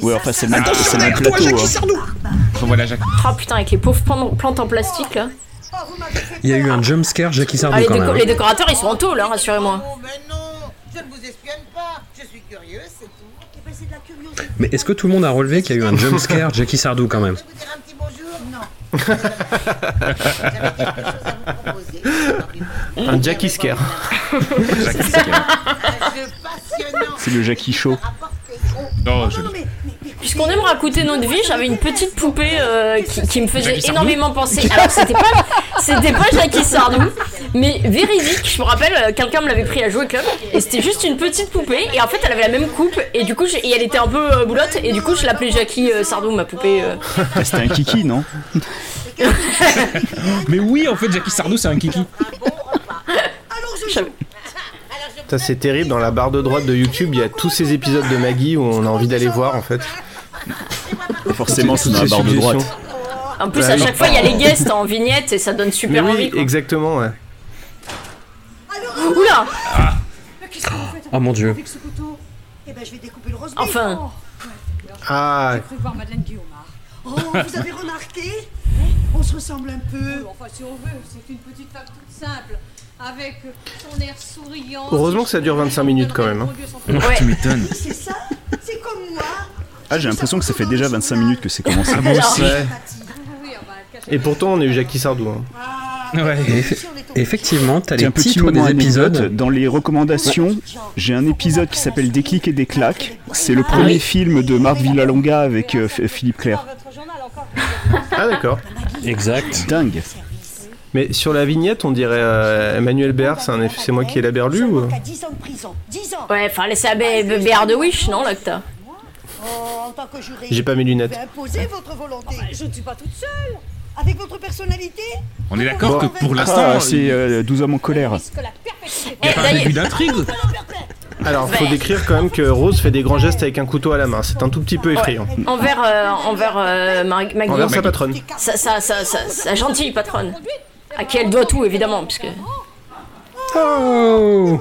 Speaker 9: Ouais, enfin, c'est le même, c'est le même
Speaker 5: derrière toi,
Speaker 9: plateau.
Speaker 5: Jackie,
Speaker 9: hein.
Speaker 5: Voilà, Jacques.
Speaker 3: Oh putain, avec les pauvres pan- plantes en plastique là.
Speaker 4: Il y a eu un jumpscare Jackie
Speaker 3: Ah,
Speaker 4: Sardou
Speaker 3: les,
Speaker 4: quand
Speaker 3: déco-
Speaker 4: même.
Speaker 3: les décorateurs, ils sont en tôle, hein,
Speaker 11: Eh
Speaker 3: rassurez-moi.
Speaker 11: ben, c'est de la curiosité.
Speaker 4: Mais est-ce que tout le monde a relevé qu'il y a eu un jumpscare Jackie Sardou quand même
Speaker 2: Un Jackie Scare.
Speaker 9: Jackie Scare. C'est le Jackie Show.
Speaker 5: Non,
Speaker 11: Euh,
Speaker 5: je...
Speaker 3: Puisqu'on aime raconter notre vie, j'avais une petite poupée euh, qui, qui me faisait
Speaker 5: Jackie Sardou
Speaker 3: énormément penser. Alors c'était pas, c'était pas Jackie Sardou, mais véridique. Je me rappelle, euh, quelqu'un me l'avait pris à jouer club, et c'était juste une petite poupée. Et en fait, elle avait la même coupe, et du coup, j'ai- et elle était un peu euh, boulotte, et du coup, je l'appelais Jackie euh, Sardou, ma poupée. euh.
Speaker 9: C'était un kiki, non
Speaker 5: Mais oui, en fait, Jackie Sardou, c'est un kiki.
Speaker 2: Ça c'est terrible, dans la barre de droite de YouTube, il y a tous ces épisodes de Maggie où on a envie d'aller voir en fait.
Speaker 9: Et forcément, c'est dans la
Speaker 2: Ces
Speaker 9: barre de
Speaker 2: suggestions.
Speaker 9: droite.
Speaker 3: En plus,
Speaker 2: Bah
Speaker 3: à
Speaker 2: oui.
Speaker 3: chaque fois, il y a les guests en vignette, et ça donne
Speaker 2: Mais
Speaker 3: super envie.
Speaker 2: oui,
Speaker 3: quoi.
Speaker 2: exactement, ouais.
Speaker 3: Oula,
Speaker 4: Oh mon dieu.
Speaker 11: Avec ce couteau, eh ben, je vais découper le Oh. rose
Speaker 3: Enfin.
Speaker 2: Ah,
Speaker 12: J'ai cru voir Madeleine hein. Guillaumard.
Speaker 11: Oh, vous avez remarqué On se ressemble un peu.
Speaker 12: Oh, Enfin, si on veut, c'est une petite femme toute simple, avec son air souriant.
Speaker 2: heureusement que ça dure 25 minutes quand même. hein.
Speaker 9: Tu m'étonnes.
Speaker 11: C'est ça C'est comme moi.
Speaker 9: Ah, j'ai l'impression que ça fait déjà 25 minutes que c'est commencé.
Speaker 2: Ah, moi aussi. Ouais.
Speaker 12: Oui, on va le cacher.
Speaker 2: Et pourtant, on a eu Jackie Sardou. hein.
Speaker 9: Ah,
Speaker 4: Et eff- effectivement, t'as
Speaker 9: Tiens,
Speaker 4: les titres
Speaker 9: moment
Speaker 4: des
Speaker 9: anecdote,
Speaker 4: épisodes.
Speaker 9: Dans les recommandations, j'ai un épisode qui Ah s'appelle Des clics et des claques. C'est le premier film de Marc Villalonga avec euh, F- Philippe Claire.
Speaker 2: Ah, d'accord.
Speaker 4: Exact.
Speaker 9: Dingue.
Speaker 2: Mais sur la vignette, on dirait euh, Emmanuel Béard, c'est un eff- c'est moi qui ai la berlue ou...
Speaker 11: Qu'à 10 ans de prison. 10 ans
Speaker 3: Ouais, enfin, laissez la B- B- BR de Wish, non, là que t'as.
Speaker 11: Oh, en tant que juré.
Speaker 2: J'ai pas mes lunettes.
Speaker 11: Vous pouvez imposer votre volonté.
Speaker 12: Ah, bah,
Speaker 11: je ne suis pas toute seule. Avec votre personnalité
Speaker 5: On est d'accord que pour
Speaker 9: Ah,
Speaker 5: l'instant,
Speaker 9: c'est euh, 12 hommes en colère.
Speaker 5: il y a pas un début d'intrigue.
Speaker 2: Alors, faut décrire quand même que Rose fait des grands gestes avec un couteau à la main. C'est un tout petit peu effrayant.
Speaker 3: Envers, euh, envers euh, Mar- Maggie.
Speaker 2: Envers sa patronne.
Speaker 3: Sa, sa, sa, sa- sa gentille patronne. À qui elle doit tout, évidemment, puisque...
Speaker 4: Oh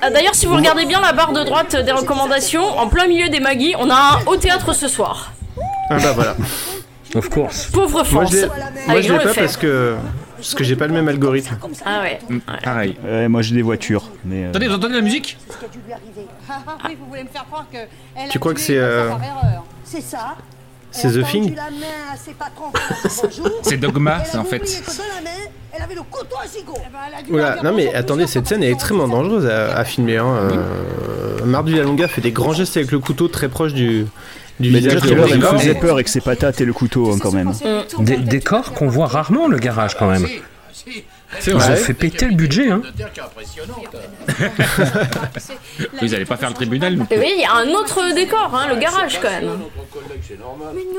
Speaker 3: Ah, D'ailleurs, si vous regardez bien la barre de droite des recommandations, en plein milieu des Maggie, on a un au théâtre ce soir.
Speaker 2: Ah bah voilà.
Speaker 4: Of course.
Speaker 2: Moi
Speaker 3: Pauvre France.
Speaker 2: je l'ai- moi,
Speaker 3: Avec
Speaker 2: je
Speaker 3: Jean
Speaker 2: l'ai pas
Speaker 3: Lefebvre.
Speaker 2: parce que... Mm. Parce que j'ai pas le même algorithme.
Speaker 3: Ah ouais.
Speaker 5: Pareil.
Speaker 9: Ouais, moi j'ai des voitures. Mais, euh,
Speaker 5: Attendez, vous entendez la musique
Speaker 12: Ah, ah, oui, vous voulez me faire croire que. Elle
Speaker 2: Tu
Speaker 12: a
Speaker 2: crois
Speaker 12: tué
Speaker 2: que c'est, euh,
Speaker 12: par erreur.
Speaker 11: C'est ça. Elle
Speaker 2: C'est
Speaker 11: a
Speaker 2: The
Speaker 11: tendu
Speaker 2: Thing.
Speaker 11: la main à ses patrons pour leur dire bonjour.
Speaker 5: C'est Dogma,
Speaker 11: Elle
Speaker 5: c'est en
Speaker 11: avait
Speaker 5: fait.
Speaker 11: oublié que dans la main, elle avait le couteau à gigot.
Speaker 3: Eh ben,
Speaker 2: Oula, non mais attendez, cette scène est extrêmement dangereuse à, à filmer. Hein. Euh, Marc Villalonga fait des grands gestes avec le couteau très proche du, du
Speaker 9: mais
Speaker 2: visage
Speaker 9: déjà
Speaker 2: de
Speaker 9: tout à l'heure, elle me
Speaker 2: Rodrigo.
Speaker 9: faisait peur avec ses patates et le couteau hein, quand même.
Speaker 2: Mm.
Speaker 4: Des décors qu'on voit rarement le garage quand même.
Speaker 2: C'est
Speaker 4: Ils ont fait péter le budget, hein.
Speaker 5: Ils allaient pas faire le tribunal, non
Speaker 3: Et oui, il y a un autre décor, hein, le garage quand même.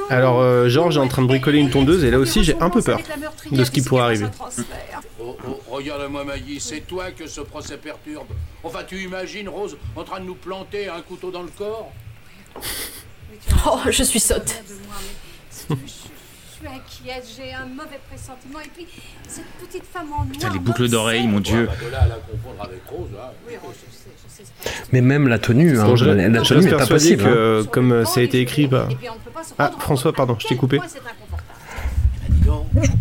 Speaker 2: Alors euh, Georges est en train de bricoler une tondeuse et là aussi j'ai un peu peur de ce qui pourrait arriver.
Speaker 6: Oh, oh, regarde-moi, Maggie, c'est toi que ce procès perturbe. Enfin, tu imagines Rose en train de nous planter un couteau dans le corps
Speaker 3: Oh, je suis sotte.
Speaker 12: Je suis inquiète, j'ai un mauvais pressentiment. Et puis, cette petite femme en noir.
Speaker 5: Putain, les boucles d'oreilles, mon dieu.
Speaker 6: De là à la confondre avec Rose, là.
Speaker 4: Mais même la tenue, hein,
Speaker 2: Bon, je,
Speaker 4: la, la
Speaker 2: je
Speaker 4: tenue
Speaker 2: reste
Speaker 4: est pas
Speaker 2: persuadé
Speaker 4: possible.
Speaker 2: que
Speaker 4: hein.
Speaker 2: euh, comme euh, ça a été écrit
Speaker 12: eh
Speaker 2: par... Ah François, pardon, je t'ai coupé.
Speaker 4: Je,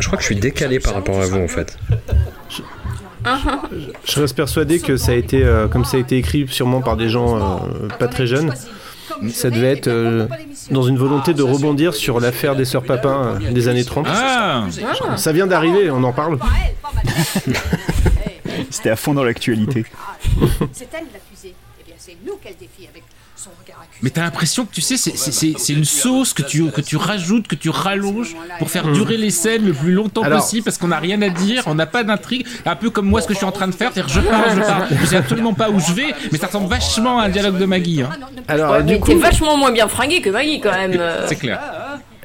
Speaker 4: je crois que je suis décalé par rapport à vous en fait.
Speaker 2: Je reste persuadé que ça a été euh, comme ça a été écrit sûrement par des gens euh, pas très jeunes. Ça devait
Speaker 12: eh
Speaker 2: être euh, dans une volonté de rebondir sur l'affaire des sœurs Papin euh, des années 30.
Speaker 5: Ah
Speaker 2: Ça vient d'arriver, on en parle.
Speaker 9: C'était à fond dans l'actualité.
Speaker 12: Ah, C'est elle l'accusée. Eh bien, c'est nous qu'elle défie avec Son regard accusant.
Speaker 5: Mais t'as l'impression que tu sais, c'est- c'est c'est- c'est une sauce que tu, que tu rajoutes, que tu rallonges pour faire
Speaker 2: Mmh.
Speaker 5: durer les scènes le plus longtemps
Speaker 2: Alors-
Speaker 5: possible parce qu'on n'a rien à dire, on n'a pas d'intrigue. Un peu comme moi, ce que je suis en train de faire, c'est-à-dire je parle, je parle, je sais absolument pas où je vais, mais ça ressemble vachement à un dialogue de Maggie. hein.
Speaker 2: Alors,
Speaker 3: Ouais,
Speaker 2: Ah, du
Speaker 3: mais
Speaker 2: coup- Ah,
Speaker 3: t'es vachement moins bien fringué que Maggie quand même. euh.
Speaker 5: C'est clair.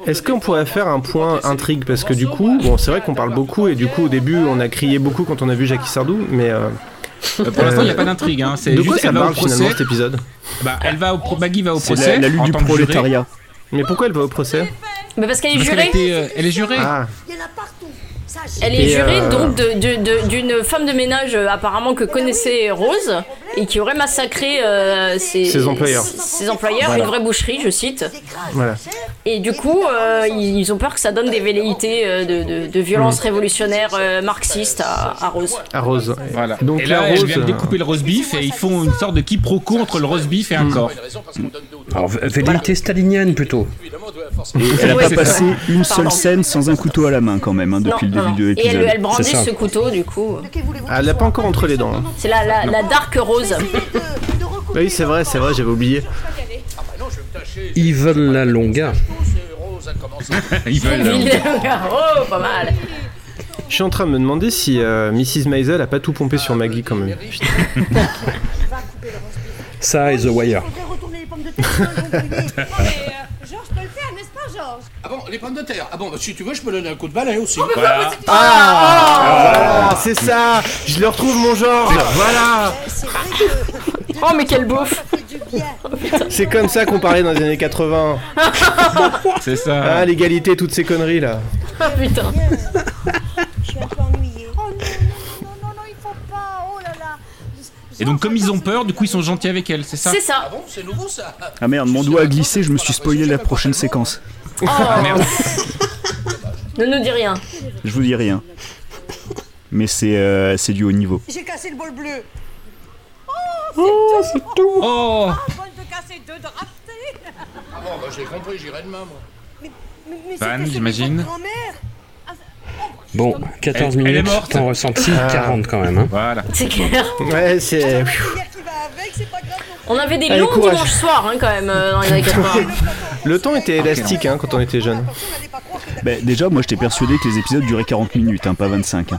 Speaker 2: Est-ce qu'on pourrait faire un point intrigue Parce que du coup, bon, c'est vrai qu'on parle beaucoup et du coup, au début, on a crié beaucoup quand on a vu Jackie Sardou, mais. euh,
Speaker 5: pour l'instant,
Speaker 2: euh,
Speaker 5: il n'y a pas d'intrigue. Hein. c'est
Speaker 2: De
Speaker 5: juste
Speaker 2: quoi ça
Speaker 5: elle va au
Speaker 2: parle
Speaker 5: procès.
Speaker 2: finalement cet épisode
Speaker 5: bah, elle va au pro- Maggie va au
Speaker 2: C'est
Speaker 5: procès.
Speaker 2: la- la lutte
Speaker 5: en
Speaker 2: du
Speaker 5: tant que jurée.
Speaker 2: prolétariat. Mais pourquoi elle va au procès
Speaker 3: Mais parce qu'elle est
Speaker 5: Parce qu'elle
Speaker 3: jurée.
Speaker 5: était, euh, elle est jurée.
Speaker 2: Ah.
Speaker 3: Elle est
Speaker 2: Et,
Speaker 3: jurée
Speaker 2: euh,
Speaker 3: donc de- de- de- d'une femme de ménage euh, apparemment que connaissait Rose et qui aurait massacré euh, ses,
Speaker 2: Ses employeurs.
Speaker 3: ses employeurs,
Speaker 2: Voilà.
Speaker 3: une vraie boucherie, je cite.
Speaker 2: Voilà.
Speaker 3: Et du coup, euh, ils ils ont peur que ça donne des velléités euh, de, de, de violence
Speaker 2: Mhm.
Speaker 3: révolutionnaire euh, marxiste à, à Rose.
Speaker 2: À Rose.
Speaker 5: Voilà.
Speaker 2: Donc
Speaker 5: et
Speaker 2: la
Speaker 5: là,
Speaker 2: Rose,
Speaker 5: elle vient de
Speaker 2: euh,
Speaker 5: découper le roast beef et ils font une sorte de quiproquo entre le roast beef et un corps.
Speaker 4: Alors, v- velléité stalinienne plutôt.
Speaker 9: Et elle a
Speaker 3: Ouais,
Speaker 9: pas
Speaker 3: c'est
Speaker 9: passé
Speaker 3: ça.
Speaker 9: une
Speaker 3: Pardon.
Speaker 9: seule scène sans un couteau à la main quand même hein, depuis
Speaker 3: Non,
Speaker 9: le
Speaker 3: non,
Speaker 9: début de
Speaker 3: non. Et
Speaker 9: l'épisode.
Speaker 3: elle, elle brandit ce couteau, du coup.
Speaker 2: Ah, elle l'a pas encore entre les dents. hein.
Speaker 3: C'est la, la, la Dark Rose.
Speaker 2: Bah Oui, c'est vrai, c'est vrai, j'avais oublié.
Speaker 4: Evil La Longa.
Speaker 5: Ils
Speaker 3: oh, pas mal.
Speaker 2: Je suis en train de me demander si euh, Mrs. Maisel a pas tout pompé sur Maggie quand même. Putain.
Speaker 4: Ça et The Wire.
Speaker 12: Georges peut le faire, n'est-ce pas, Georges
Speaker 6: Ah bon, les pommes de terre Ah bon, si tu veux, je peux donner un coup de balai aussi.
Speaker 5: Voilà.
Speaker 2: Ah, voilà, c'est ça Je le retrouve mon Georges Voilà
Speaker 3: Oh, mais quel beauf
Speaker 2: C'est comme ça qu'on parlait dans les années 80.
Speaker 5: C'est ça.
Speaker 2: Ah, l'égalité, toutes ces conneries là.
Speaker 3: Oh, putain.
Speaker 5: Et donc, comme ils ont peur, du coup, ils sont gentils avec elle, c'est ça
Speaker 3: C'est ça.
Speaker 6: C'est nouveau ça
Speaker 9: Ah merde, mon doigt a glissé, je me suis spoilé la prochaine séquence.
Speaker 3: Ne nous dis rien.
Speaker 9: Je vous dis rien. Mais c'est euh, c'est du haut niveau.
Speaker 11: J'ai cassé le bol bleu.
Speaker 9: Oh, c'est tout
Speaker 5: Oh
Speaker 6: Ah bon, bah, j'ai compris, j'irai demain, moi.
Speaker 5: Van, j'imagine.
Speaker 4: Bon, 14
Speaker 5: Elle- elle est
Speaker 4: minutes,
Speaker 5: morte.
Speaker 4: t'en ressenti
Speaker 5: Ah.
Speaker 4: 40 quand même. Hein.
Speaker 5: Voilà.
Speaker 3: C'est clair.
Speaker 2: Ouais, c'est.
Speaker 3: On avait des
Speaker 2: Allez,
Speaker 3: longs
Speaker 2: courage.
Speaker 3: dimanches soirs hein, quand même euh, dans les années 80.
Speaker 2: Le temps était élastique hein, quand on était jeune.
Speaker 9: Bah, déjà, moi j'étais persuadé que les épisodes duraient 40 minutes, hein, pas 25. hein.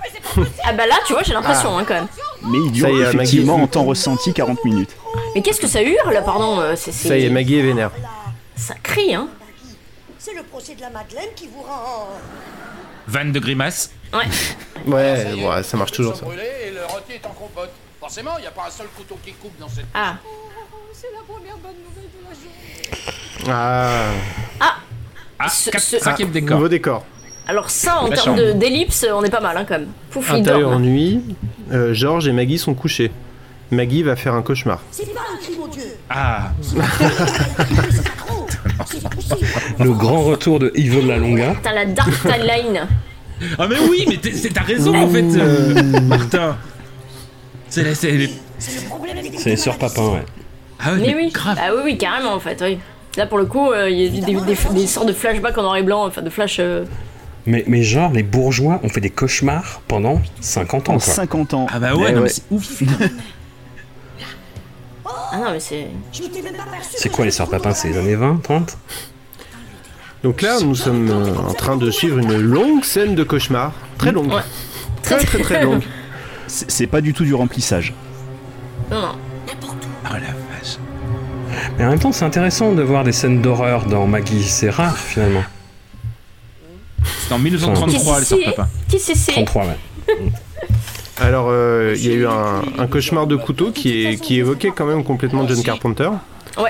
Speaker 3: Ah bah là, tu vois, j'ai l'impression hein, quand même.
Speaker 9: Mais ils durent
Speaker 2: Ça y est,
Speaker 9: effectivement
Speaker 2: Maggie.
Speaker 9: en temps ressenti 40 minutes.
Speaker 3: Mais qu'est-ce que ça hurle là, pardon euh, c'est- c'est-
Speaker 2: Ça y est, Maggie est vénère.
Speaker 3: Ça crie, hein
Speaker 11: C'est le procès de la Madeleine qui vous rend.
Speaker 5: Vanne de grimace.
Speaker 3: Ouais.
Speaker 2: Ouais, ouais, ça marche toujours ça.
Speaker 6: Brûlé et le rôti est en compote. Forcément, il n'y a pas un seul couteau qui coupe dans cette.
Speaker 3: Ah.
Speaker 12: C'est la première bonne nouvelle de la journée.
Speaker 2: Ah,
Speaker 5: Ah,
Speaker 3: Ce-
Speaker 5: quatre-
Speaker 3: ce-
Speaker 5: cinquième décor.
Speaker 2: nouveau décor.
Speaker 3: Alors ça, en
Speaker 5: La
Speaker 3: termes
Speaker 5: chambre.
Speaker 3: de- d'ellipse, on est pas mal hein, quand même. Pouf, il
Speaker 2: Intérieur
Speaker 3: dort.
Speaker 2: ennui. Euh, Georges et Maggie sont couchés. Maggie va faire un cauchemar.
Speaker 11: C'est pas un crime, mon Dieu.
Speaker 5: Ah,
Speaker 11: C'est trop. C'est pas possible.
Speaker 4: Le grand retour de Evil La Longa.
Speaker 3: T'as la Dark Timeline.
Speaker 5: ah mais oui, mais t'es- c'est- t'as raison en fait, euh, Martin. C'est la, c'est les-
Speaker 11: C'est le problème des
Speaker 4: C'est sur Papin, ouais.
Speaker 5: Ah ouais,
Speaker 3: mais
Speaker 5: mais
Speaker 3: oui.
Speaker 5: grave.
Speaker 3: Ah oui, oui, carrément en fait, oui. Là pour le coup, euh, il y a des, des- des sortes de flashbacks en noir et blanc, enfin de flash. euh,
Speaker 4: Mais, mais genre, les bourgeois ont fait des cauchemars pendant 50 ans,
Speaker 9: En
Speaker 4: quoi.
Speaker 9: 50 ans.
Speaker 5: Ah bah
Speaker 9: Eh
Speaker 5: ouais, non,
Speaker 9: ouais.
Speaker 5: mais c'est ouf.
Speaker 3: Ah non, mais c'est.
Speaker 11: Je m'étais même pas aperçu.
Speaker 4: C'est quoi les sœurs Papin C'est les années 20, 30
Speaker 2: Donc là, nous sommes euh, en train de suivre une longue scène de cauchemar. Très longue.
Speaker 3: Ouais.
Speaker 2: Très très très longue.
Speaker 9: C'est c'est pas du tout du remplissage.
Speaker 3: Non, non.
Speaker 5: Oh la vache.
Speaker 4: Mais en même temps, c'est intéressant de voir des scènes d'horreur dans Maggie. C'est rare, finalement.
Speaker 5: C'est en 1933 les
Speaker 3: Qu'est-ce
Speaker 5: sœurs
Speaker 3: que
Speaker 5: Papin.
Speaker 3: c'est Qui c'est c'est
Speaker 4: 33, ouais.
Speaker 2: Alors, euh, il y a eu un, un cauchemar de couteau qui, est, qui évoquait quand même complètement John Carpenter.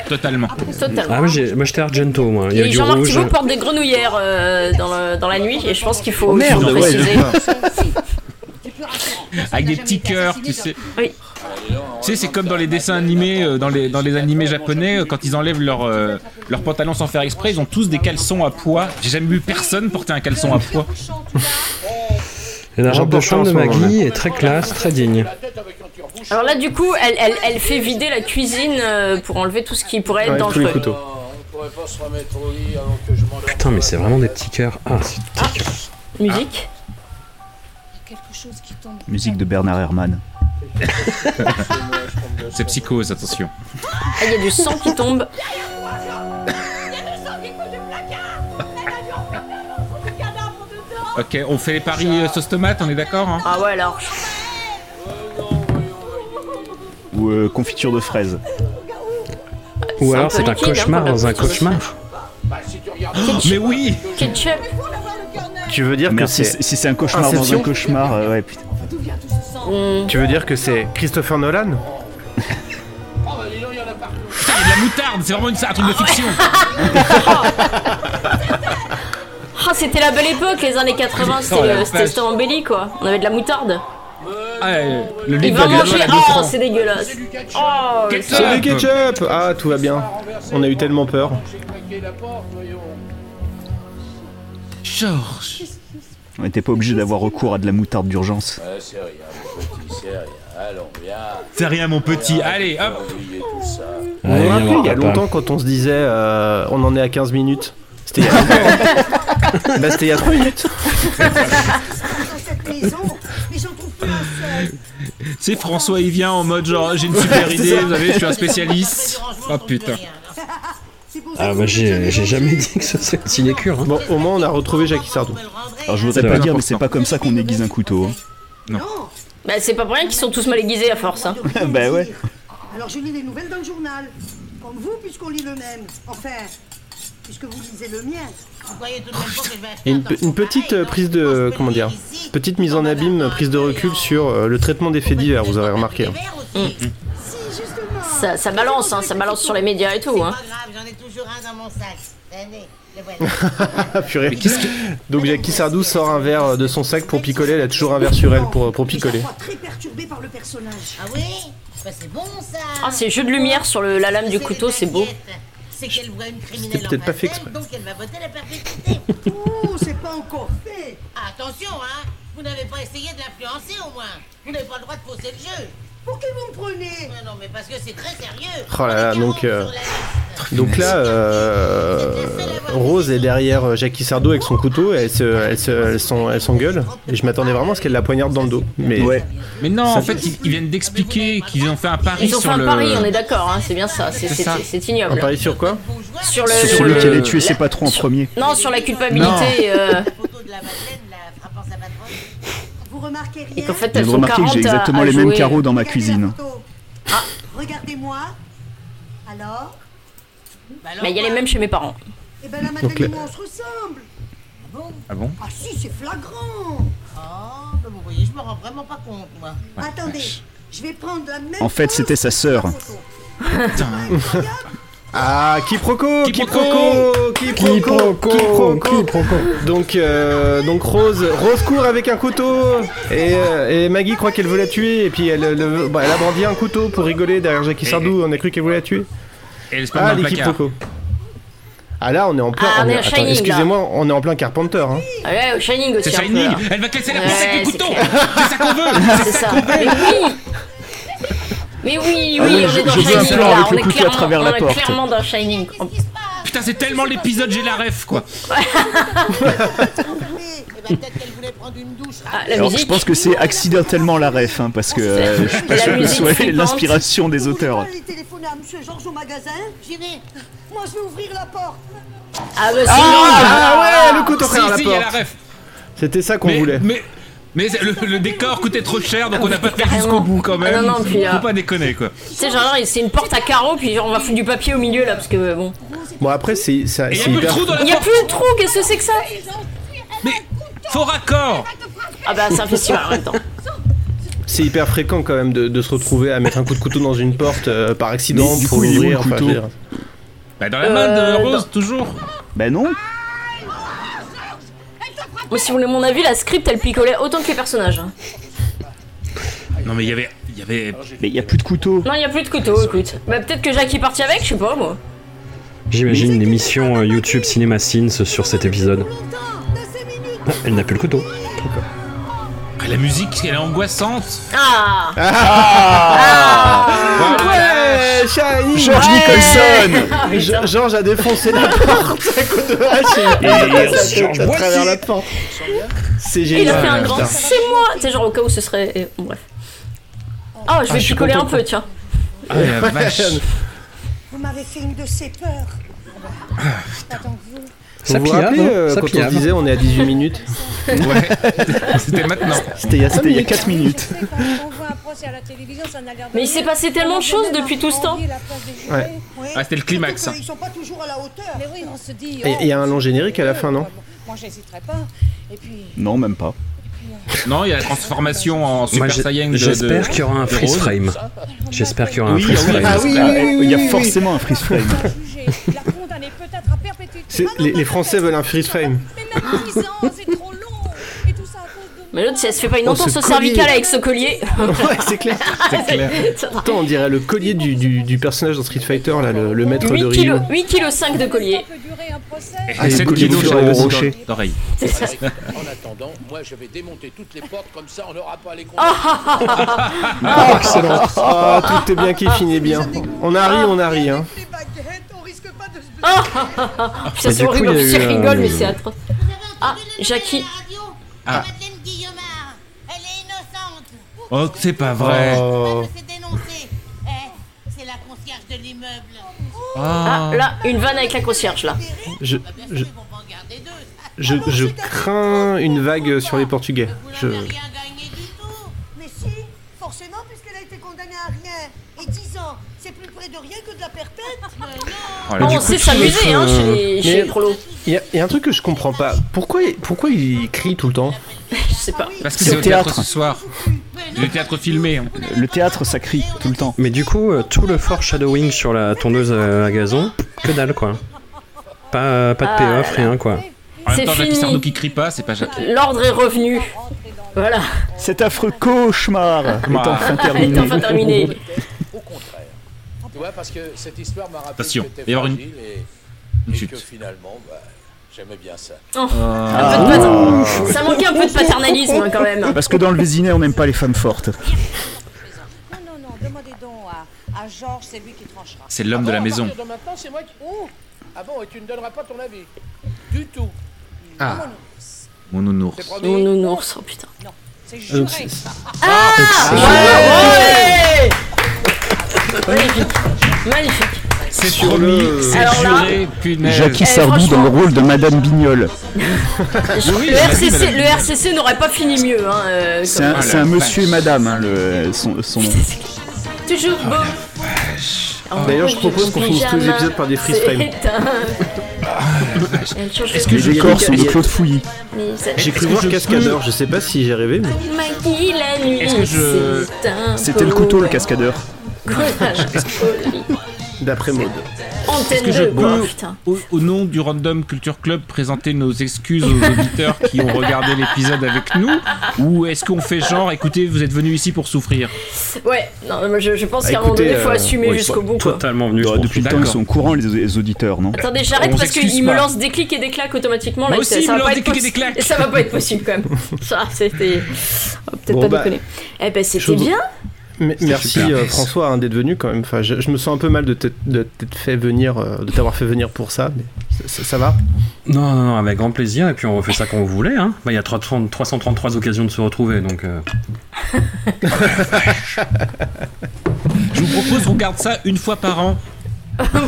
Speaker 5: Totalement.
Speaker 4: Ah,
Speaker 3: Totalement.
Speaker 4: moi, j'ai- moi, j'étais Argento, moi. Il y a
Speaker 3: Et
Speaker 4: du
Speaker 3: Jean-Marc
Speaker 4: rouge.
Speaker 3: Thibault porte des grenouillères euh, dans, le- dans la nuit et je pense qu'il faut,
Speaker 2: merde,
Speaker 3: faut
Speaker 2: ouais,
Speaker 3: préciser.
Speaker 5: Avec des petits cœurs, tu sais.
Speaker 3: Oui.
Speaker 5: Tu sais, c'est comme dans les dessins animés, euh, dans les, dans les animés japonais, euh, quand ils enlèvent leur, euh, leurs pantalons sans faire exprès, ils ont tous des caleçons à poids. J'ai jamais vu personne porter un caleçon à poids.
Speaker 4: Et la robe de
Speaker 2: J'emporte
Speaker 4: chambre
Speaker 2: en
Speaker 4: de
Speaker 2: ce moment,
Speaker 4: Maggie est très classe, très digne.
Speaker 3: Alors là, du coup, elle, elle, elle fait vider la cuisine euh, pour enlever tout ce qui pourrait être
Speaker 2: Avec tous les
Speaker 3: dangereux.
Speaker 2: couteaux.
Speaker 6: Ah, on pourrait pas se remettre au lit avant que je m'endorme.
Speaker 4: Putain, mais c'est vraiment des petits cœurs. Ah, c'est des petits cœurs.
Speaker 3: Musique.
Speaker 12: Il y a quelque chose qui tombe.
Speaker 9: Musique de Bernard Herrmann.
Speaker 5: C'est psychose, attention.
Speaker 3: Ah, il y a du sang qui tombe.
Speaker 5: Ok, on fait les paris euh, sauce tomate, on est d'accord hein
Speaker 3: Ah ouais, alors.
Speaker 9: Ou euh, confiture de fraise.
Speaker 4: Ou
Speaker 9: C'est
Speaker 4: alors
Speaker 9: un peu
Speaker 4: c'est un
Speaker 9: liquide, hein,
Speaker 4: cauchemar
Speaker 9: pour la
Speaker 4: dans un
Speaker 9: confiture de
Speaker 4: cauchemar.
Speaker 3: Ah,
Speaker 5: Mais oui
Speaker 3: Ketchup.
Speaker 2: Tu veux dire que
Speaker 9: Merci,
Speaker 2: c'est-
Speaker 9: si si c'est un cauchemar dans
Speaker 2: Inception
Speaker 9: un cauchemar, euh, ouais, putain.
Speaker 2: Tu veux dire que c'est Christopher Nolan
Speaker 5: Putain, il y a de la moutarde, c'est vraiment une, un truc de fiction
Speaker 3: Ah, c'était la belle époque, les années 80, c'était
Speaker 5: Oh, la
Speaker 3: euh, c'était
Speaker 5: vache.
Speaker 3: c'était embelli quoi. On avait de la moutarde.
Speaker 5: Ah, euh, le
Speaker 3: Il
Speaker 5: livre
Speaker 3: va
Speaker 5: de Galois,
Speaker 3: manger.
Speaker 5: la
Speaker 3: Oh,
Speaker 5: Gautran.
Speaker 3: c'est dégueulasse. Oh, le
Speaker 5: Ketchup.
Speaker 2: C'est du ketchup Ah, tout va bien. On a eu tellement peur.
Speaker 5: Georges
Speaker 9: On n'était pas obligé d'avoir recours à de la moutarde d'urgence.
Speaker 6: Ouais, Euh, c'est rien, mon petit, c'est rien. Allons, viens.
Speaker 5: C'est rien, mon petit. Allez, hop
Speaker 6: Oubliez tout ça.
Speaker 2: Vous vous
Speaker 6: Allez,
Speaker 2: rappelez,
Speaker 6: on
Speaker 2: il y a
Speaker 6: rappelle.
Speaker 2: longtemps, quand on se disait euh, on en est à 15 minutes C'était il y a longtemps. Bah, c'était il y a 3 minutes.
Speaker 5: C'est François, il vient en mode genre j'ai une super
Speaker 4: Ouais,
Speaker 5: idée,
Speaker 4: c'est ça.
Speaker 5: vous savez, je suis un spécialiste. Oh putain.
Speaker 4: Ah bah j'ai j'ai jamais dit que hein. ce serait une sinécure.
Speaker 2: Bon, au moins on a retrouvé Jackie Sardou.
Speaker 9: Alors je voudrais
Speaker 4: C'est
Speaker 9: pas
Speaker 4: vrai.
Speaker 9: dire, mais c'est pas comme ça qu'on aiguise un couteau. hein.
Speaker 3: Bah, c'est pas pour rien qu'ils sont tous mal aiguisés à force. Hein.
Speaker 9: hein. bah ouais.
Speaker 11: Alors je lis les nouvelles dans le journal. Comme vous, puisqu'on lit le même. Enfin, puisque vous lisez le mien. Vous croyez tout de même pas que je vais
Speaker 2: Et une, pe- une petite euh, prise de. euh, comment dire Petite mise en abîme, euh, prise de recul sur euh, le traitement des faits divers, vous aurez remarqué. hein.
Speaker 3: Ça, ça balance, hein, ça balance sur les médias et tout. Hein.
Speaker 10: J'en ai toujours un dans mon sac. Tenez, le voilà.
Speaker 2: Ah, Purée. Donc Jackie Sardou sort un verre euh, de son sac pour picoler, elle a toujours un verre sur elle pour, pour picoler.
Speaker 11: très perturbé par le personnage.
Speaker 10: Ah oui Bah, C'est bon ça
Speaker 3: Ah, ces jeux de lumière sur le- Euh, la lame du couteau, c'est beau.
Speaker 10: C'est qu'elle voit une criminelle.
Speaker 2: C'était peut-être
Speaker 10: en
Speaker 2: pas fait
Speaker 10: face
Speaker 2: exprès.
Speaker 10: d'elle, Donc elle va voter la perpétuité.
Speaker 11: Ouh, c'est pas encore fait.
Speaker 10: Ah, attention, hein Vous n'avez pas essayé de l'influencer au moins. Vous n'avez pas le droit de fausser le jeu.
Speaker 11: Pour qui vous me prenez
Speaker 10: Non, non, mais parce que c'est très sérieux.
Speaker 2: Oh là là, donc, euh, donc là, euh, Rose est derrière euh, Jackie Sardou avec son couteau et elle se- elle se- elle s'en- elle s'engueule. Et je m'attendais vraiment à ce qu'elle la poignarde dans le dos. Mais,
Speaker 5: Mais non,
Speaker 2: Ça-
Speaker 5: en fait, ils, ils viennent d'expliquer qu'ils ont fait un pari
Speaker 3: Ils ont fait
Speaker 5: sur
Speaker 3: un
Speaker 5: le.
Speaker 3: pari, on est d'accord, hein, c'est bien ça, c'est-
Speaker 5: C'est
Speaker 3: c'est
Speaker 5: ça.
Speaker 3: c'est- c'est ignoble.
Speaker 2: Un pari sur quoi
Speaker 3: Sur le.
Speaker 9: Sur
Speaker 3: le-
Speaker 9: celui qui allait
Speaker 3: le-
Speaker 9: tuer ses patrons en premier.
Speaker 3: Non, sur la
Speaker 9: Non.
Speaker 3: culpabilité. euh,
Speaker 11: Vous remarquez rien
Speaker 3: et qu'en fait,
Speaker 9: Vous
Speaker 3: elles
Speaker 9: avez
Speaker 3: sont
Speaker 9: remarqué que
Speaker 3: 40
Speaker 9: j'ai
Speaker 3: à-
Speaker 9: exactement
Speaker 3: à
Speaker 9: les mêmes
Speaker 3: jouer.
Speaker 9: carreaux dans ma cuisine.
Speaker 3: Ah.
Speaker 11: Regardez-moi. Alors
Speaker 10: Bah
Speaker 3: Mais il y a les mêmes chez mes parents.
Speaker 11: Eh ben la
Speaker 3: Donc,
Speaker 11: madame et
Speaker 3: le-
Speaker 11: moi, on se ressemble.
Speaker 5: Ah bon
Speaker 11: Ah si, c'est flagrant.
Speaker 10: Oh, bah, vous voyez, je me rends vraiment pas compte, moi.
Speaker 11: Attendez, je vais prendre la même
Speaker 9: En fait, c'était sa sœur.
Speaker 2: Ah, quiproquo, quiproquo, quiproquo,
Speaker 4: Quiproquo,
Speaker 2: quiproquo. Donc, euh, donc Rose, Rose court avec un couteau et, euh, et Maggie croit qu'elle veut la tuer et puis elle, le- bon, elle a brandi un couteau pour rigoler derrière Jackie Sardou. On a cru qu'elle voulait la tuer.
Speaker 5: Et elle se
Speaker 2: Ah,
Speaker 5: dans le
Speaker 2: les
Speaker 5: placard.
Speaker 2: quiproquos. Ah là, on est en plein.
Speaker 3: Ah, on est au
Speaker 2: attends,
Speaker 3: Shining, là.
Speaker 2: excusez-moi, on est en plein Carpenter. Hein.
Speaker 3: Ah Ouais, au Shining aussi.
Speaker 5: C'est
Speaker 3: un peu,
Speaker 5: Shining
Speaker 3: hein.
Speaker 5: Elle va casser la
Speaker 3: Ouais,
Speaker 5: pousse avec le
Speaker 3: c'est
Speaker 5: couteau
Speaker 3: clair.
Speaker 5: C'est ça qu'on veut
Speaker 3: C'est ça. Mais oui Mais oui, oui,
Speaker 5: Ah ouais,
Speaker 3: on
Speaker 5: je-
Speaker 3: est dans
Speaker 5: je vois un
Speaker 3: Shining
Speaker 5: plan
Speaker 3: là,
Speaker 5: avec
Speaker 3: on
Speaker 5: le
Speaker 3: est
Speaker 5: couteau à
Speaker 3: clairement,
Speaker 5: travers la
Speaker 3: on est
Speaker 5: porte.
Speaker 3: clairement dans Shining.
Speaker 5: Putain, c'est tellement l'épisode, j'ai la ref quoi
Speaker 10: Eh ben,
Speaker 3: Ah, la
Speaker 9: Alors, je
Speaker 3: musique
Speaker 9: pense que c'est accidentellement la ref, hein, parce que
Speaker 10: Ah,
Speaker 9: euh, je suis pas
Speaker 3: La
Speaker 9: sûr que ce
Speaker 3: musique
Speaker 9: soit
Speaker 3: flippante.
Speaker 9: l'inspiration des auteurs.
Speaker 11: Allez téléphoner à Monsieur Georges au magasin. J'y vais. Moi, je vais ouvrir la porte.
Speaker 3: Ah bah
Speaker 2: Ah,
Speaker 3: c'est
Speaker 2: ouais, Ah, le couteau
Speaker 5: Si,
Speaker 2: frère à
Speaker 5: si,
Speaker 2: la
Speaker 5: il y a la
Speaker 2: porte.
Speaker 5: ref.
Speaker 2: C'était ça qu'on
Speaker 5: Mais-
Speaker 2: voulait.
Speaker 5: Mais, mais le, le décor coûtait trop cher, donc on n'a pas fait jusqu'au bout quand même.
Speaker 3: Ah non, non, puis, euh,
Speaker 5: Faut pas déconner quoi.
Speaker 3: Tu sais, genre, c'est une porte à carreaux, puis genre, on va foutre du papier au milieu là, parce que bon.
Speaker 2: Bon après, c'est ça-
Speaker 5: Et y
Speaker 2: c'est
Speaker 5: a plus de
Speaker 2: hyper.
Speaker 5: trou dans la
Speaker 3: Il y a
Speaker 5: porte.
Speaker 3: plus de trou, qu'est-ce que c'est que ça
Speaker 5: Faux raccord.
Speaker 3: Ah bah, c'est un festival en même temps.
Speaker 2: C'est hyper fréquent quand même de, de se retrouver à mettre un coup de couteau dans une porte euh, par accident
Speaker 9: Mais du
Speaker 2: pour
Speaker 9: coup, il est où,
Speaker 2: l'ouvrir.
Speaker 9: le
Speaker 2: enfin,
Speaker 9: couteau
Speaker 2: je veux dire.
Speaker 5: Bah, dans la main
Speaker 9: Euh,
Speaker 5: de Rose,
Speaker 9: non.
Speaker 5: toujours.
Speaker 9: Bah non,
Speaker 3: Moi, si vous voulez mon avis, la script elle picolait autant que les personnages. hein.
Speaker 5: Non, mais il y avait. Il y avait.
Speaker 9: mais il y a plus de couteau.
Speaker 3: Non, il y a plus de couteau, écoute. Bah, peut-être que Jackie est parti avec, je sais pas moi.
Speaker 4: J'imagine une émission euh, YouTube Cinéma Sins sur cet épisode. Ah, elle n'a plus le couteau.
Speaker 5: Ah, la musique, elle est angoissante.
Speaker 3: Ah
Speaker 2: Ouais, Shiny
Speaker 9: George
Speaker 2: Ouais. Je- Georges a défoncé la porte à coups de hache et il a
Speaker 9: Et
Speaker 2: passé la
Speaker 9: Georges
Speaker 2: tête à travers
Speaker 9: Boissy.
Speaker 2: la porte. C'est
Speaker 3: Et
Speaker 2: génial.
Speaker 3: il a fait un grand
Speaker 2: putain.
Speaker 3: c'est moi Tu sais, genre au cas où ce serait. et- bon, Bref. Ah, je
Speaker 2: Ah,
Speaker 3: vais
Speaker 2: je suis
Speaker 3: picoler un
Speaker 2: content.
Speaker 3: peu, tiens.
Speaker 5: Ah, la vache.
Speaker 11: Vous m'avez fait une de ces peurs. Attends que vous.
Speaker 2: Vous vous rappelez
Speaker 4: hein.
Speaker 2: euh, quand on se disait on est à 18 minutes
Speaker 5: Ouais, c'était maintenant.
Speaker 9: C'était il y a- c'était il y a 4 minutes.
Speaker 3: Mais il s'est passé tellement de choses depuis tout ce temps.
Speaker 2: Ouais.
Speaker 5: Ah, c'était le climax. hein.
Speaker 11: Ils sont pas toujours à la hauteur. Mais Eh oui, on se dit. oh,
Speaker 2: Et il y a un long générique à la fin, non
Speaker 11: Moi, j'hésiterai pas. Et puis.
Speaker 9: Non, même pas.
Speaker 5: Non, il y a la transformation en Super
Speaker 4: Moi, j'ai-
Speaker 5: Saiyan. de-
Speaker 4: j'espère
Speaker 5: de-
Speaker 4: qu'il y aura un
Speaker 5: de
Speaker 4: freeze
Speaker 5: Rose.
Speaker 4: frame. J'espère qu'il y aura un
Speaker 9: Oui,
Speaker 4: freeze
Speaker 9: ah oui,
Speaker 4: frame.
Speaker 9: ah oui, oui, oui, Il y a oui, oui. forcément un freeze frame.
Speaker 2: C'est- les, les Français veulent un freeze frame.
Speaker 3: Mais l'autre, si elle se fait pas une
Speaker 2: Oh,
Speaker 3: entorse
Speaker 2: ce
Speaker 3: au cervical
Speaker 2: collier.
Speaker 3: avec ce collier.
Speaker 2: ouais, c'est clair. C'est clair. Attends, on dirait le collier du, du- du personnage dans Street Fighter, là, le, le maître de
Speaker 3: 8
Speaker 2: Ryu.
Speaker 3: kg 8 kg 5 de collier.
Speaker 2: Ah, les colliers de fleurs au rocher.
Speaker 5: D'oreille.
Speaker 3: C'est ça.
Speaker 6: En attendant, moi je vais démonter toutes les portes comme ça on n'aura pas à les compter.
Speaker 2: Ah, excellent. Ah, tout est bien qui finit bien. On a ri, on a ri. Hein.
Speaker 3: Ah, ah, ah.
Speaker 2: Mais
Speaker 3: Putain, c'est
Speaker 2: Bah, du
Speaker 3: horrible.
Speaker 2: coup,
Speaker 3: En
Speaker 2: il y a eu
Speaker 3: plus,
Speaker 2: euh,
Speaker 3: il
Speaker 2: un-
Speaker 3: rigole, mais c'est atroce. Ah, Jackie.
Speaker 5: Ah. Oh, c'est pas vrai.
Speaker 9: Euh,
Speaker 10: Ah,
Speaker 2: Oh,
Speaker 10: Eh, C'est la concierge de l'immeuble.
Speaker 5: Oh,
Speaker 3: Ah, là, une vanne avec la concierge, là.
Speaker 2: Je,
Speaker 10: Ah, ben,
Speaker 2: je, je, je crains une vague sur les Portugais. Je...
Speaker 11: Mais si, forcément, puisqu'elle a été condamnée à rien. Et 10 ans, c'est plus près de rien que de la perpète.
Speaker 2: Oh,
Speaker 3: Ah, on sait s'amuser, hein, chez
Speaker 2: euh,
Speaker 3: les- chez les prolos.
Speaker 2: Il y, a- il y a un truc que je comprends pas. Pourquoi, pourquoi il crie tout le temps
Speaker 3: Je sais pas.
Speaker 5: Parce que
Speaker 2: C'est
Speaker 5: c'est
Speaker 2: au
Speaker 5: au théâtre
Speaker 2: théâtre.
Speaker 5: ce soir. C'est Le théâtre filmé. hein.
Speaker 9: Le théâtre, ça crie tout le temps.
Speaker 4: Mais du coup, euh, tout le foreshadowing sur la tondeuse à, à gazon, que dalle quoi. Pas, pas de
Speaker 3: Ah
Speaker 4: payoff,
Speaker 3: là là.
Speaker 4: rien quoi.
Speaker 5: En même temps,
Speaker 3: C'est
Speaker 5: Jackie Sardou
Speaker 3: fini.
Speaker 5: qui crie pas, c'est pas Jackie.
Speaker 3: L'ordre est revenu. Voilà.
Speaker 9: Cet affreux cauchemar est enfin terminé.
Speaker 3: Est enfin terminé.
Speaker 6: Au contraire. Tu vois, parce que cette histoire m'a rappelé
Speaker 5: Attention,
Speaker 6: que j'étais
Speaker 5: il va y avoir une-
Speaker 6: fragile
Speaker 5: une
Speaker 6: et, et
Speaker 5: chute.
Speaker 6: que finalement, bah, j'aimais bien ça.
Speaker 3: Oh.
Speaker 9: Ah.
Speaker 3: Un peu de pat-
Speaker 9: Ah.
Speaker 3: Ça manquait un peu de paternalisme hein, quand même.
Speaker 9: Parce que dans le Vésinet, on n'aime pas les femmes fortes.
Speaker 11: Non, non, demandez donc à, à Georges, c'est lui qui tranchera.
Speaker 5: C'est l'homme de
Speaker 9: Ah
Speaker 5: la maison.
Speaker 6: Ah, De maintenant, c'est moi qui. Oh Ah bon, et tu ne donneras pas ton avis Du tout.
Speaker 5: Ah. Mon nounours.
Speaker 6: C'est promis
Speaker 3: Mon nounours, oh putain.
Speaker 6: C'est
Speaker 5: Donc,
Speaker 6: juré.
Speaker 3: Ah Ouais Magnifique. Magnifique.
Speaker 5: C'est promis, c'est
Speaker 3: Alors là-
Speaker 5: juré, punaise.
Speaker 9: Jackie
Speaker 3: Eh,
Speaker 9: Sardou dans
Speaker 3: franchement-
Speaker 9: le rôle de Madame Bignol.
Speaker 5: Oui,
Speaker 3: le,
Speaker 5: bah oui,
Speaker 3: RCC,
Speaker 5: madame.
Speaker 3: le RCC n'aurait pas fini mieux. Hein, euh,
Speaker 9: C'est
Speaker 3: comme-
Speaker 9: un, c'est un monsieur et madame, hein, le, son, son nom.
Speaker 3: Toujours beau.
Speaker 2: Oh, D'ailleurs, je propose qu'on finisse tous les épisodes par des freeze frames.
Speaker 3: Est-ce
Speaker 9: Les décors sont de Claude Fouilly.
Speaker 2: J'ai cru voir Cascadeur, je sais pas si j'ai rêvé, mais.
Speaker 3: Maquille la nuit.
Speaker 5: Est-ce que je-
Speaker 3: c'est un
Speaker 9: C'était le couteau, le cascadeur.
Speaker 3: collage folie.
Speaker 2: D'après Maud.
Speaker 5: Est-ce
Speaker 3: Antenne
Speaker 5: que je
Speaker 3: 2, quoi,
Speaker 5: peux,
Speaker 3: putain.
Speaker 5: au, au nom du Random Culture Club, présenter nos excuses aux auditeurs qui ont regardé l'épisode avec nous Ou est-ce qu'on fait genre, écoutez, vous êtes venus ici pour souffrir
Speaker 3: Ouais, non, mais je, je pense
Speaker 2: Bah,
Speaker 3: qu'à un moment donné, il
Speaker 2: écoutez,
Speaker 3: faut
Speaker 2: euh,
Speaker 3: assumer
Speaker 2: ouais,
Speaker 5: bah,
Speaker 3: jusqu'au bout, quoi.
Speaker 4: Totalement venu.
Speaker 2: Bah,
Speaker 9: Oh, depuis le temps, ils
Speaker 5: D'accord.
Speaker 9: sont au courant, les, les auditeurs, non
Speaker 3: Attendez, j'arrête
Speaker 5: On
Speaker 3: parce
Speaker 5: s'excuse
Speaker 3: qu'il me
Speaker 5: pas.
Speaker 3: lance des clics et des claques automatiquement. là,
Speaker 5: Moi
Speaker 3: et ça-
Speaker 5: aussi, il
Speaker 3: ça
Speaker 5: me
Speaker 3: va
Speaker 5: lance
Speaker 3: pas
Speaker 5: des
Speaker 3: être
Speaker 5: clics et des
Speaker 3: possi-
Speaker 5: claques.
Speaker 3: et ça va pas être possible, quand même. Ça, c'était. Oh, Peut-être
Speaker 2: Bon,
Speaker 3: pas
Speaker 2: bah,
Speaker 3: déconner. Eh ben, c'était
Speaker 2: chose-
Speaker 3: bien.
Speaker 2: Mais-
Speaker 5: C'est
Speaker 2: Merci
Speaker 5: super.
Speaker 2: euh, François hein, d'être venu quand même. Enfin, je, je me sens un peu mal de t'être de t'être fait venir, euh, de t'avoir fait venir pour ça, mais ça, ça- ça va.
Speaker 4: Non, non, non, avec grand plaisir, et puis on refait ça quand vous voulez. Hein. Bah, Il y a 330 333 occasions de se retrouver, donc. euh,
Speaker 5: Je vous propose, on garde ça une fois par an.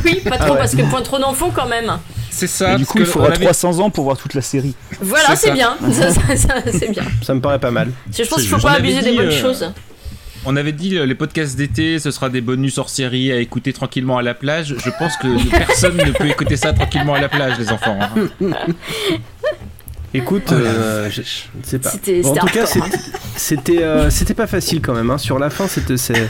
Speaker 3: oui, pas
Speaker 2: Ah
Speaker 3: trop, parce que point trop d'en font quand même.
Speaker 5: C'est
Speaker 9: Mais
Speaker 5: ça.
Speaker 9: du
Speaker 5: parce
Speaker 9: coup, il
Speaker 5: que
Speaker 9: faudra
Speaker 5: on avait-
Speaker 9: 300 ans pour voir toute la série.
Speaker 3: Voilà,
Speaker 5: C'est
Speaker 3: c'est
Speaker 5: ça.
Speaker 3: bien. Ça, ça, ça, c'est bien.
Speaker 2: Ça me paraît pas mal.
Speaker 3: Parce que Je pense
Speaker 4: C'est
Speaker 3: qu'il faut
Speaker 4: juste-
Speaker 3: pas
Speaker 5: on avait
Speaker 3: abuser des
Speaker 5: dit,
Speaker 3: bonnes
Speaker 5: euh,
Speaker 3: choses.
Speaker 5: On avait dit euh, les podcasts d'été, ce sera des bonus hors série à écouter tranquillement à la plage. Je pense que personne ne peut écouter ça tranquillement à la plage, les enfants. hein.
Speaker 2: Écoute, euh, je- je ne sais pas.
Speaker 3: C'était-
Speaker 2: Bon, en
Speaker 3: c'était
Speaker 2: tout cas,
Speaker 3: hardcore,
Speaker 2: c'était- c'était euh, c'était pas facile quand même. hein. Sur la fin, c'était c'est-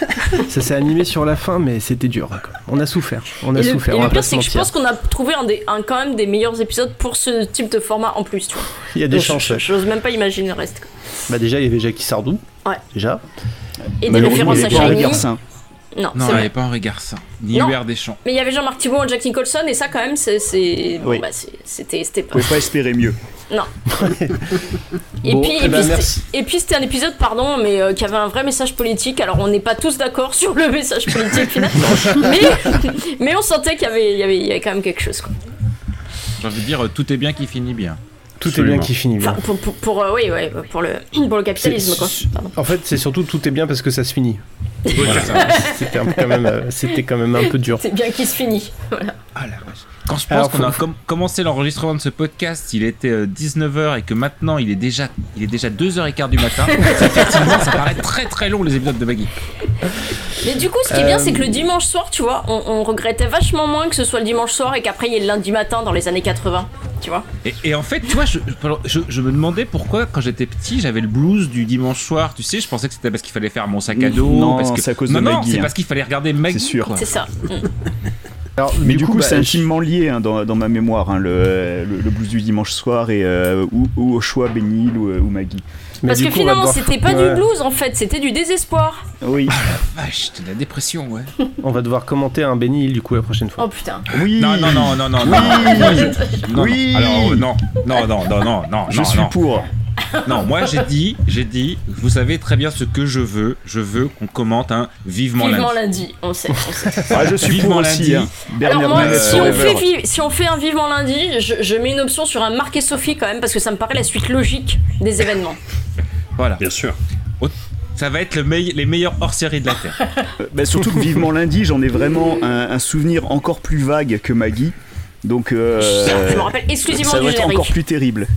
Speaker 2: ça s'est animé sur la fin, mais c'était dur. quoi. On a souffert. On a
Speaker 3: Et le,
Speaker 2: souffert.
Speaker 3: et
Speaker 2: on
Speaker 3: le
Speaker 2: va pas
Speaker 3: pire,
Speaker 2: se
Speaker 3: c'est que je
Speaker 2: mentir.
Speaker 3: pense qu'on a trouvé un, des, un quand même des meilleurs épisodes pour ce type de format en plus, tu vois.
Speaker 2: Il y a des
Speaker 3: Donc,
Speaker 2: chances. ouais.
Speaker 3: J'ose même pas imaginer le reste. quoi.
Speaker 2: Bah déjà, il y avait Jackie Sardou.
Speaker 3: Ouais.
Speaker 2: Déjà.
Speaker 3: Et des
Speaker 9: Malheureusement,
Speaker 3: références
Speaker 9: il
Speaker 3: à
Speaker 9: est pas en
Speaker 3: Shining.
Speaker 9: regard sain.
Speaker 3: Non,
Speaker 5: Non,
Speaker 3: c'est
Speaker 5: il n'y
Speaker 3: vrai.
Speaker 5: avait pas Henri Garcin, ni
Speaker 3: Non.
Speaker 5: Hubert Deschamps.
Speaker 3: Mais il y avait Jean-Marc Thibault en Jack Nicholson, et ça, quand même, c'est. c'est- bon,
Speaker 9: Oui.
Speaker 3: bah, c'est- c'était c'était pas.
Speaker 9: Vous pouvez pas espérer mieux.
Speaker 3: Et,
Speaker 2: Bon,
Speaker 3: puis,
Speaker 2: eh
Speaker 3: et,
Speaker 2: ben,
Speaker 3: puis,
Speaker 2: merci.
Speaker 3: c'était- et puis, c'était un épisode, pardon, mais euh, qui avait un vrai message politique. Alors, on n'est pas tous d'accord sur le message politique final, mais, mais on sentait qu'il y avait, il y, avait, il y avait quand même quelque chose. Quoi.
Speaker 5: J'ai envie de dire, euh, tout est bien qui finit bien.
Speaker 2: Tout est
Speaker 4: Absolument.
Speaker 2: bien qui finit bien.
Speaker 3: Enfin, pour, pour, pour, euh, oui, ouais, pour, le, pour le capitalisme, quoi.
Speaker 2: C'est-
Speaker 3: Pardon.
Speaker 2: En fait, c'est surtout tout est bien parce que ça se finit. Voilà. C'était un- quand même, euh, c'était quand même un peu dur.
Speaker 3: C'est bien qu'il se finit. Voilà.
Speaker 5: Quand je pense
Speaker 2: Alors,
Speaker 5: qu'on a
Speaker 2: faut-
Speaker 5: com- commencé l'enregistrement de ce podcast, il était 19h et que maintenant il est déjà, il est déjà 2h15 du matin, effectivement ça paraît très très long les épisodes de Maggie.
Speaker 3: Mais du coup, ce qui est
Speaker 5: Euh,
Speaker 3: bien, c'est que le dimanche soir, tu vois, on, on regrettait vachement moins que ce soit le dimanche soir et qu'après il y ait le lundi matin dans les années 80. Tu vois
Speaker 5: Et, et en fait, tu vois, je, je- je me demandais pourquoi, quand j'étais petit, j'avais le blues du dimanche soir. Tu sais, je pensais que c'était parce qu'il fallait faire mon sac à dos.
Speaker 9: Non,
Speaker 5: parce que...
Speaker 9: c'est à cause
Speaker 5: non,
Speaker 9: de
Speaker 5: non,
Speaker 9: Maggie,
Speaker 5: c'est
Speaker 9: hein.
Speaker 5: parce qu'il fallait regarder Maggie.
Speaker 9: C'est sûr.
Speaker 5: quoi.
Speaker 3: C'est ça.
Speaker 9: Mais du, coup,
Speaker 5: bah,
Speaker 2: euh,
Speaker 9: c'est
Speaker 5: je-
Speaker 9: intimement lié hein, dans, dans ma mémoire, hein, le, le, le blues du dimanche soir et euh, ou, ou au choix Bénil ou, ou Maggie.
Speaker 3: Parce que finalement, c'était pas du blues en fait, c'était du désespoir.
Speaker 9: Oui.
Speaker 5: Vache, de la dépression, ouais.
Speaker 2: On va devoir commenter un Benny Hill du coup la prochaine fois.
Speaker 3: Oh putain.
Speaker 9: Oui.
Speaker 5: Non, non, non, non, non, non.
Speaker 2: Oui.
Speaker 5: Moi, je- non,
Speaker 2: Oui.
Speaker 5: non. Alors, euh, non, non, non, non, non, non.
Speaker 2: Je
Speaker 5: non,
Speaker 2: suis
Speaker 5: non.
Speaker 9: pour.
Speaker 5: Non, moi j'ai dit, j'ai dit, vous savez très bien ce que je veux. Je veux qu'on commente un vivement,
Speaker 3: Vivement
Speaker 5: lundi.
Speaker 3: lundi, on sait. On sait.
Speaker 9: Ah, je suis
Speaker 5: Vivement
Speaker 9: pour aussi,
Speaker 5: lundi.
Speaker 9: hein.
Speaker 3: Alors
Speaker 9: Dernière
Speaker 3: moi,
Speaker 9: minute
Speaker 3: si on,
Speaker 9: forever.
Speaker 3: fait, vi- si on fait un vivement lundi, je, je mets une option sur un Marc et Sophie quand même, parce que ça me paraît la suite logique des événements.
Speaker 5: Voilà.
Speaker 4: Bien sûr.
Speaker 5: Ça va être le meille- les meilleurs hors-série de la Terre.
Speaker 9: Bah, surtout que vivement lundi, j'en ai vraiment un, un souvenir encore plus vague que Maggie. Donc, euh,
Speaker 5: Je me
Speaker 3: rappelle exclusivement
Speaker 9: ça
Speaker 5: du
Speaker 9: doit être
Speaker 5: générique.
Speaker 9: encore plus terrible.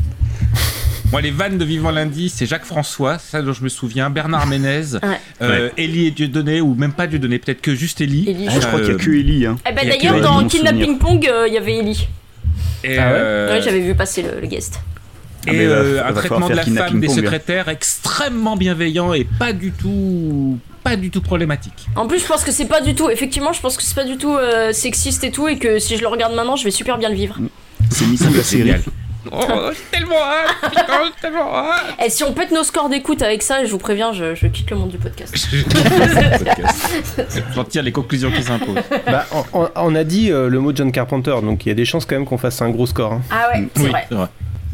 Speaker 5: Moi, les vannes de Vivant Lundi, c'est Jacques François, ça dont je me souviens, Bernard Ménez,
Speaker 3: Ouais.
Speaker 5: euh, Ellie et Dieudonné, ou même pas Dieudonné, peut-être que juste Euh, Ellie.
Speaker 3: Ellie,
Speaker 9: Ah, je crois qu'il n'y a que Ellie. Hein.
Speaker 3: Eh ben
Speaker 5: Il y a
Speaker 3: d'ailleurs,
Speaker 5: que-
Speaker 3: dans
Speaker 5: mon
Speaker 3: Kidnapping Pong, euh, il y avait Ellie.
Speaker 5: Et,
Speaker 3: Ouais,
Speaker 5: euh,
Speaker 3: j'avais vu passer le, le guest.
Speaker 5: et,
Speaker 9: Ah, mais,
Speaker 5: euh,
Speaker 9: va- va
Speaker 5: un
Speaker 9: falloir
Speaker 5: traitement de
Speaker 9: faire
Speaker 5: la
Speaker 9: kidnapping
Speaker 5: femme des
Speaker 9: pong, hein.
Speaker 5: secrétaires extrêmement bienveillant et pas du tout, pas du tout problématique.
Speaker 3: En plus, je pense que c'est pas du tout. Effectivement, je pense que c'est pas du tout euh, sexiste et tout, et que si je le regarde maintenant, je vais super bien le vivre.
Speaker 9: Mm. C'est Missou la série.
Speaker 5: Oh, tellement hâte, putain, tellement hâte.
Speaker 3: Et Eh, si on pète nos scores d'écoute avec ça, je vous préviens, je, je quitte le monde du podcast.
Speaker 5: J'en tire les conclusions qui s'imposent.
Speaker 2: Bah, on, on- on a dit euh, le mot de John Carpenter, donc il y a des chances quand même qu'on fasse un gros score. hein.
Speaker 3: Ah ouais, c'est
Speaker 2: Oui,
Speaker 3: vrai.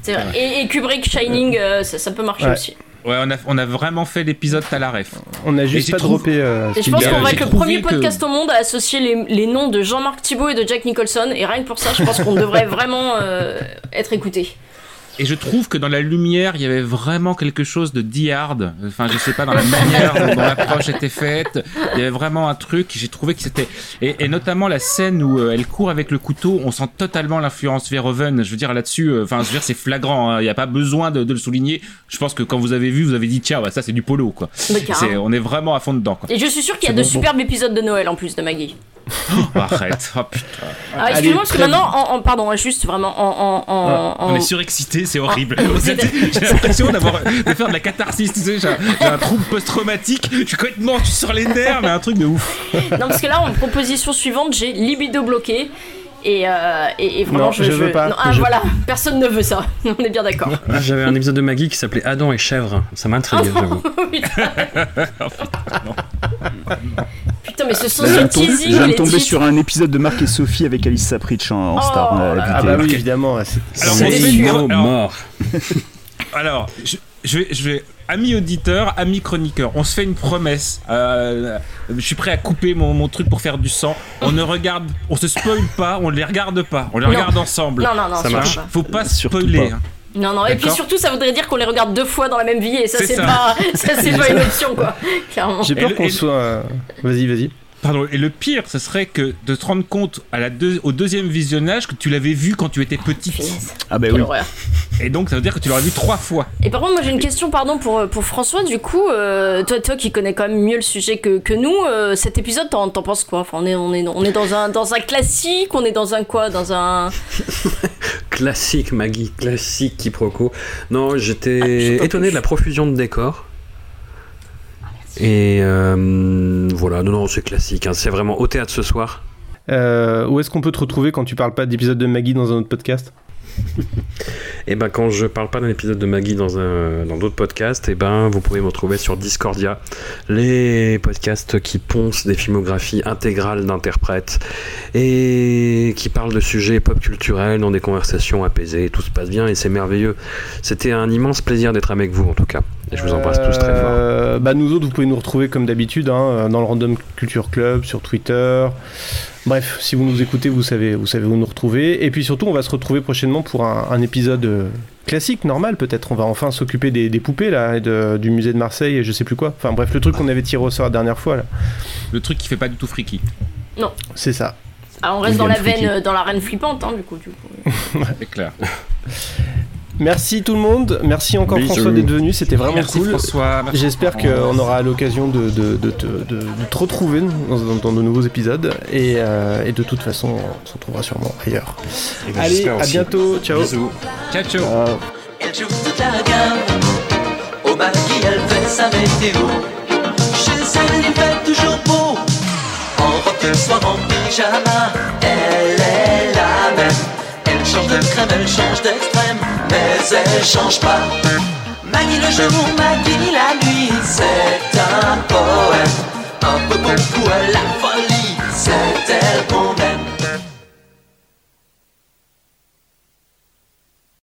Speaker 3: C'est vrai. Et, et Kubrick, Shining, euh, ça, ça peut marcher
Speaker 2: Ouais.
Speaker 3: aussi.
Speaker 5: Ouais, on a, on a vraiment fait l'épisode à la ref.
Speaker 2: On a juste
Speaker 5: j'ai
Speaker 2: pas
Speaker 5: trouvé-
Speaker 2: droppé. euh,
Speaker 3: Et je pense
Speaker 5: Spielberg.
Speaker 3: qu'on va
Speaker 5: J'ai
Speaker 3: être le
Speaker 5: trouvé
Speaker 3: premier
Speaker 5: que-
Speaker 3: podcast au monde à associer les, les noms de Jean-Marc Thibault et de Jack Nicholson. Et rien que pour ça, je pense qu'on devrait vraiment euh, être écouté.
Speaker 5: Et je trouve que dans la lumière, il y avait vraiment quelque chose de diard. Enfin, je sais pas, dans la manière dont dont l'approche était faite, il y avait vraiment un truc. J'ai trouvé que c'était. Et, et notamment la scène où euh, elle court avec le couteau, on sent totalement l'influence Verhoeven. Je veux dire là-dessus, euh, enfin, je veux dire, c'est flagrant. hein. Il n'y a pas besoin de, de le souligner. Je pense que quand vous avez vu, vous avez dit, tiens, bah, ça c'est du polo, quoi.
Speaker 3: Mais carrément.
Speaker 5: C'est- on est vraiment à fond dedans, quoi.
Speaker 3: Et je suis sûr qu'il y a
Speaker 5: C'est
Speaker 3: de
Speaker 5: bon, bon.
Speaker 3: superbes épisodes de Noël en plus de Maggie.
Speaker 5: Oh, arrête. Oh, putain.
Speaker 3: Ah, excuse-moi, parce que maintenant, en, en- pardon, hein, juste vraiment en. en- en- en- Ah,
Speaker 5: On est surexcité, c'est horrible. J'ai l'impression d'avoir de faire de la catharsis, tu sais, j'ai un, j'ai un trouble post-traumatique. Je suis complètement, je suis sur les nerfs, mais un truc de ouf.
Speaker 3: Non, parce que là, en proposition suivante, j'ai libido bloqué. Et, euh, et, et vraiment,
Speaker 4: Non, je veux pas.
Speaker 3: non, ah,
Speaker 4: Je-
Speaker 3: voilà, personne ne veut ça. On est bien d'accord.
Speaker 4: Moi, Ah, J'avais un épisode de Maggie qui s'appelait Adam et Chèvre. Ça m'intrigue,
Speaker 5: Oh.
Speaker 4: j'avoue.
Speaker 3: Oh, Putain, mais ce
Speaker 9: Je
Speaker 3: sont
Speaker 9: viens
Speaker 3: ce
Speaker 9: de tomber-
Speaker 3: teasing,
Speaker 9: je viens de
Speaker 3: les
Speaker 9: tomber
Speaker 3: titres.
Speaker 9: sur un épisode de Marc et Sophie avec Alice Sapritch en, en star.
Speaker 3: Oh
Speaker 9: euh,
Speaker 3: là
Speaker 2: Ah
Speaker 9: invitée.
Speaker 2: bah oui, évidemment. là, c'est-
Speaker 5: Alors,
Speaker 2: c'est-
Speaker 5: on fait une- alors-
Speaker 4: mort.
Speaker 5: Alors, je, je vais, je vais, ami auditeur, ami chroniqueur, on se fait une promesse. Euh, je suis prêt à couper mon, mon truc pour faire du sang. On ne regarde, on se spoil pas, on les regarde pas, on les
Speaker 3: Non.
Speaker 5: regarde ensemble.
Speaker 3: Non, non, non, Ça surtout marche. pas.
Speaker 5: Faut pas spoiler.
Speaker 9: pas.
Speaker 5: hein.
Speaker 3: Non, non, et puis
Speaker 5: D'accord.
Speaker 3: surtout, ça voudrait dire qu'on les regarde deux fois dans la même vie, et ça,
Speaker 5: C'est
Speaker 3: c'est
Speaker 5: ça.
Speaker 3: pas, ça, c'est pas une option, quoi. Clairement.
Speaker 2: J'ai peur qu'on
Speaker 5: et-
Speaker 2: soit. euh, Vas-y, vas-y.
Speaker 5: Pardon, et le pire, ce serait que de te rendre compte à la deux- au deuxième visionnage que tu l'avais vu quand tu étais petite.
Speaker 9: Ah bah
Speaker 3: Quelle horreur.
Speaker 5: Et donc ça veut dire que tu l'aurais vu trois fois.
Speaker 3: Et par contre, moi j'ai une question, pardon, pour, pour François. Du coup, euh, toi, toi qui connais quand même mieux le sujet que, que nous, euh, cet épisode, t'en, t'en penses quoi Enfin, on est, on est, on est dans, un, dans un classique, on est dans un quoi Dans un.
Speaker 4: Classique Maggie, classique quiproquo. Non,
Speaker 5: Ah,
Speaker 4: j'étais étonné de la profusion de décors. Et euh, voilà, non, non, c'est classique. hein. C'est vraiment au théâtre ce soir.
Speaker 2: Euh, où est-ce qu'on peut te retrouver quand tu parles pas d'épisode de Maggie dans un autre podcast
Speaker 4: Et ben quand je parle pas d'un épisode de Maggie dans un dans d'autres podcasts, et ben vous pouvez me retrouver sur Discordia, les podcasts qui poncent des filmographies intégrales d'interprètes et qui parlent de sujets pop culturels dans des conversations apaisées, tout se passe bien et c'est merveilleux. C'était un immense plaisir d'être avec vous en tout cas. Et je vous embrasse tous très fort.
Speaker 2: Euh, bah nous autres, vous pouvez nous retrouver comme d'habitude hein, dans le Random Culture Club, sur Twitter. Bref, si vous nous écoutez, vous savez, vous savez où nous retrouver. Et puis surtout, on va se retrouver prochainement pour un, un épisode euh, classique, normal peut-être. On va enfin s'occuper des, des poupées là, et de- du musée de Marseille et je sais plus quoi. Enfin bref, le truc qu'on avait tiré au sort la dernière fois là.
Speaker 5: Le truc qui fait pas du tout freaky.
Speaker 3: Non.
Speaker 2: C'est ça.
Speaker 3: Ah, on reste dans la
Speaker 2: William
Speaker 3: veine,
Speaker 2: Freaky.
Speaker 3: euh, dans la reine flippante, hein, du coup. Du coup.
Speaker 2: Ah.
Speaker 5: C'est clair.
Speaker 2: Merci tout le monde. Merci encore
Speaker 5: Bisous.
Speaker 2: François d'être venu. C'était vraiment
Speaker 5: Merci,
Speaker 2: cool.
Speaker 5: François. Merci,
Speaker 2: J'espère
Speaker 5: François.
Speaker 2: qu'on aura l'occasion de, de, de te- de- de te retrouver dans, dans- dans de nouveaux épisodes. Et, euh, et de toute façon, on se retrouvera sûrement ailleurs.
Speaker 5: Et ben,
Speaker 2: Allez,
Speaker 5: j'espère
Speaker 2: à
Speaker 5: aussi.
Speaker 2: bientôt. Ciao.
Speaker 5: Ciao, ciao.
Speaker 13: Elle joue toute la gamme. Au maquis, elle fait sa météo. Chez elle, il fait toujours beau. En robe de soir, en pyjama, elle est la même. Elle change de crème, elle change d'extrême, mais elle change pas. Maggie le jour, Maggie la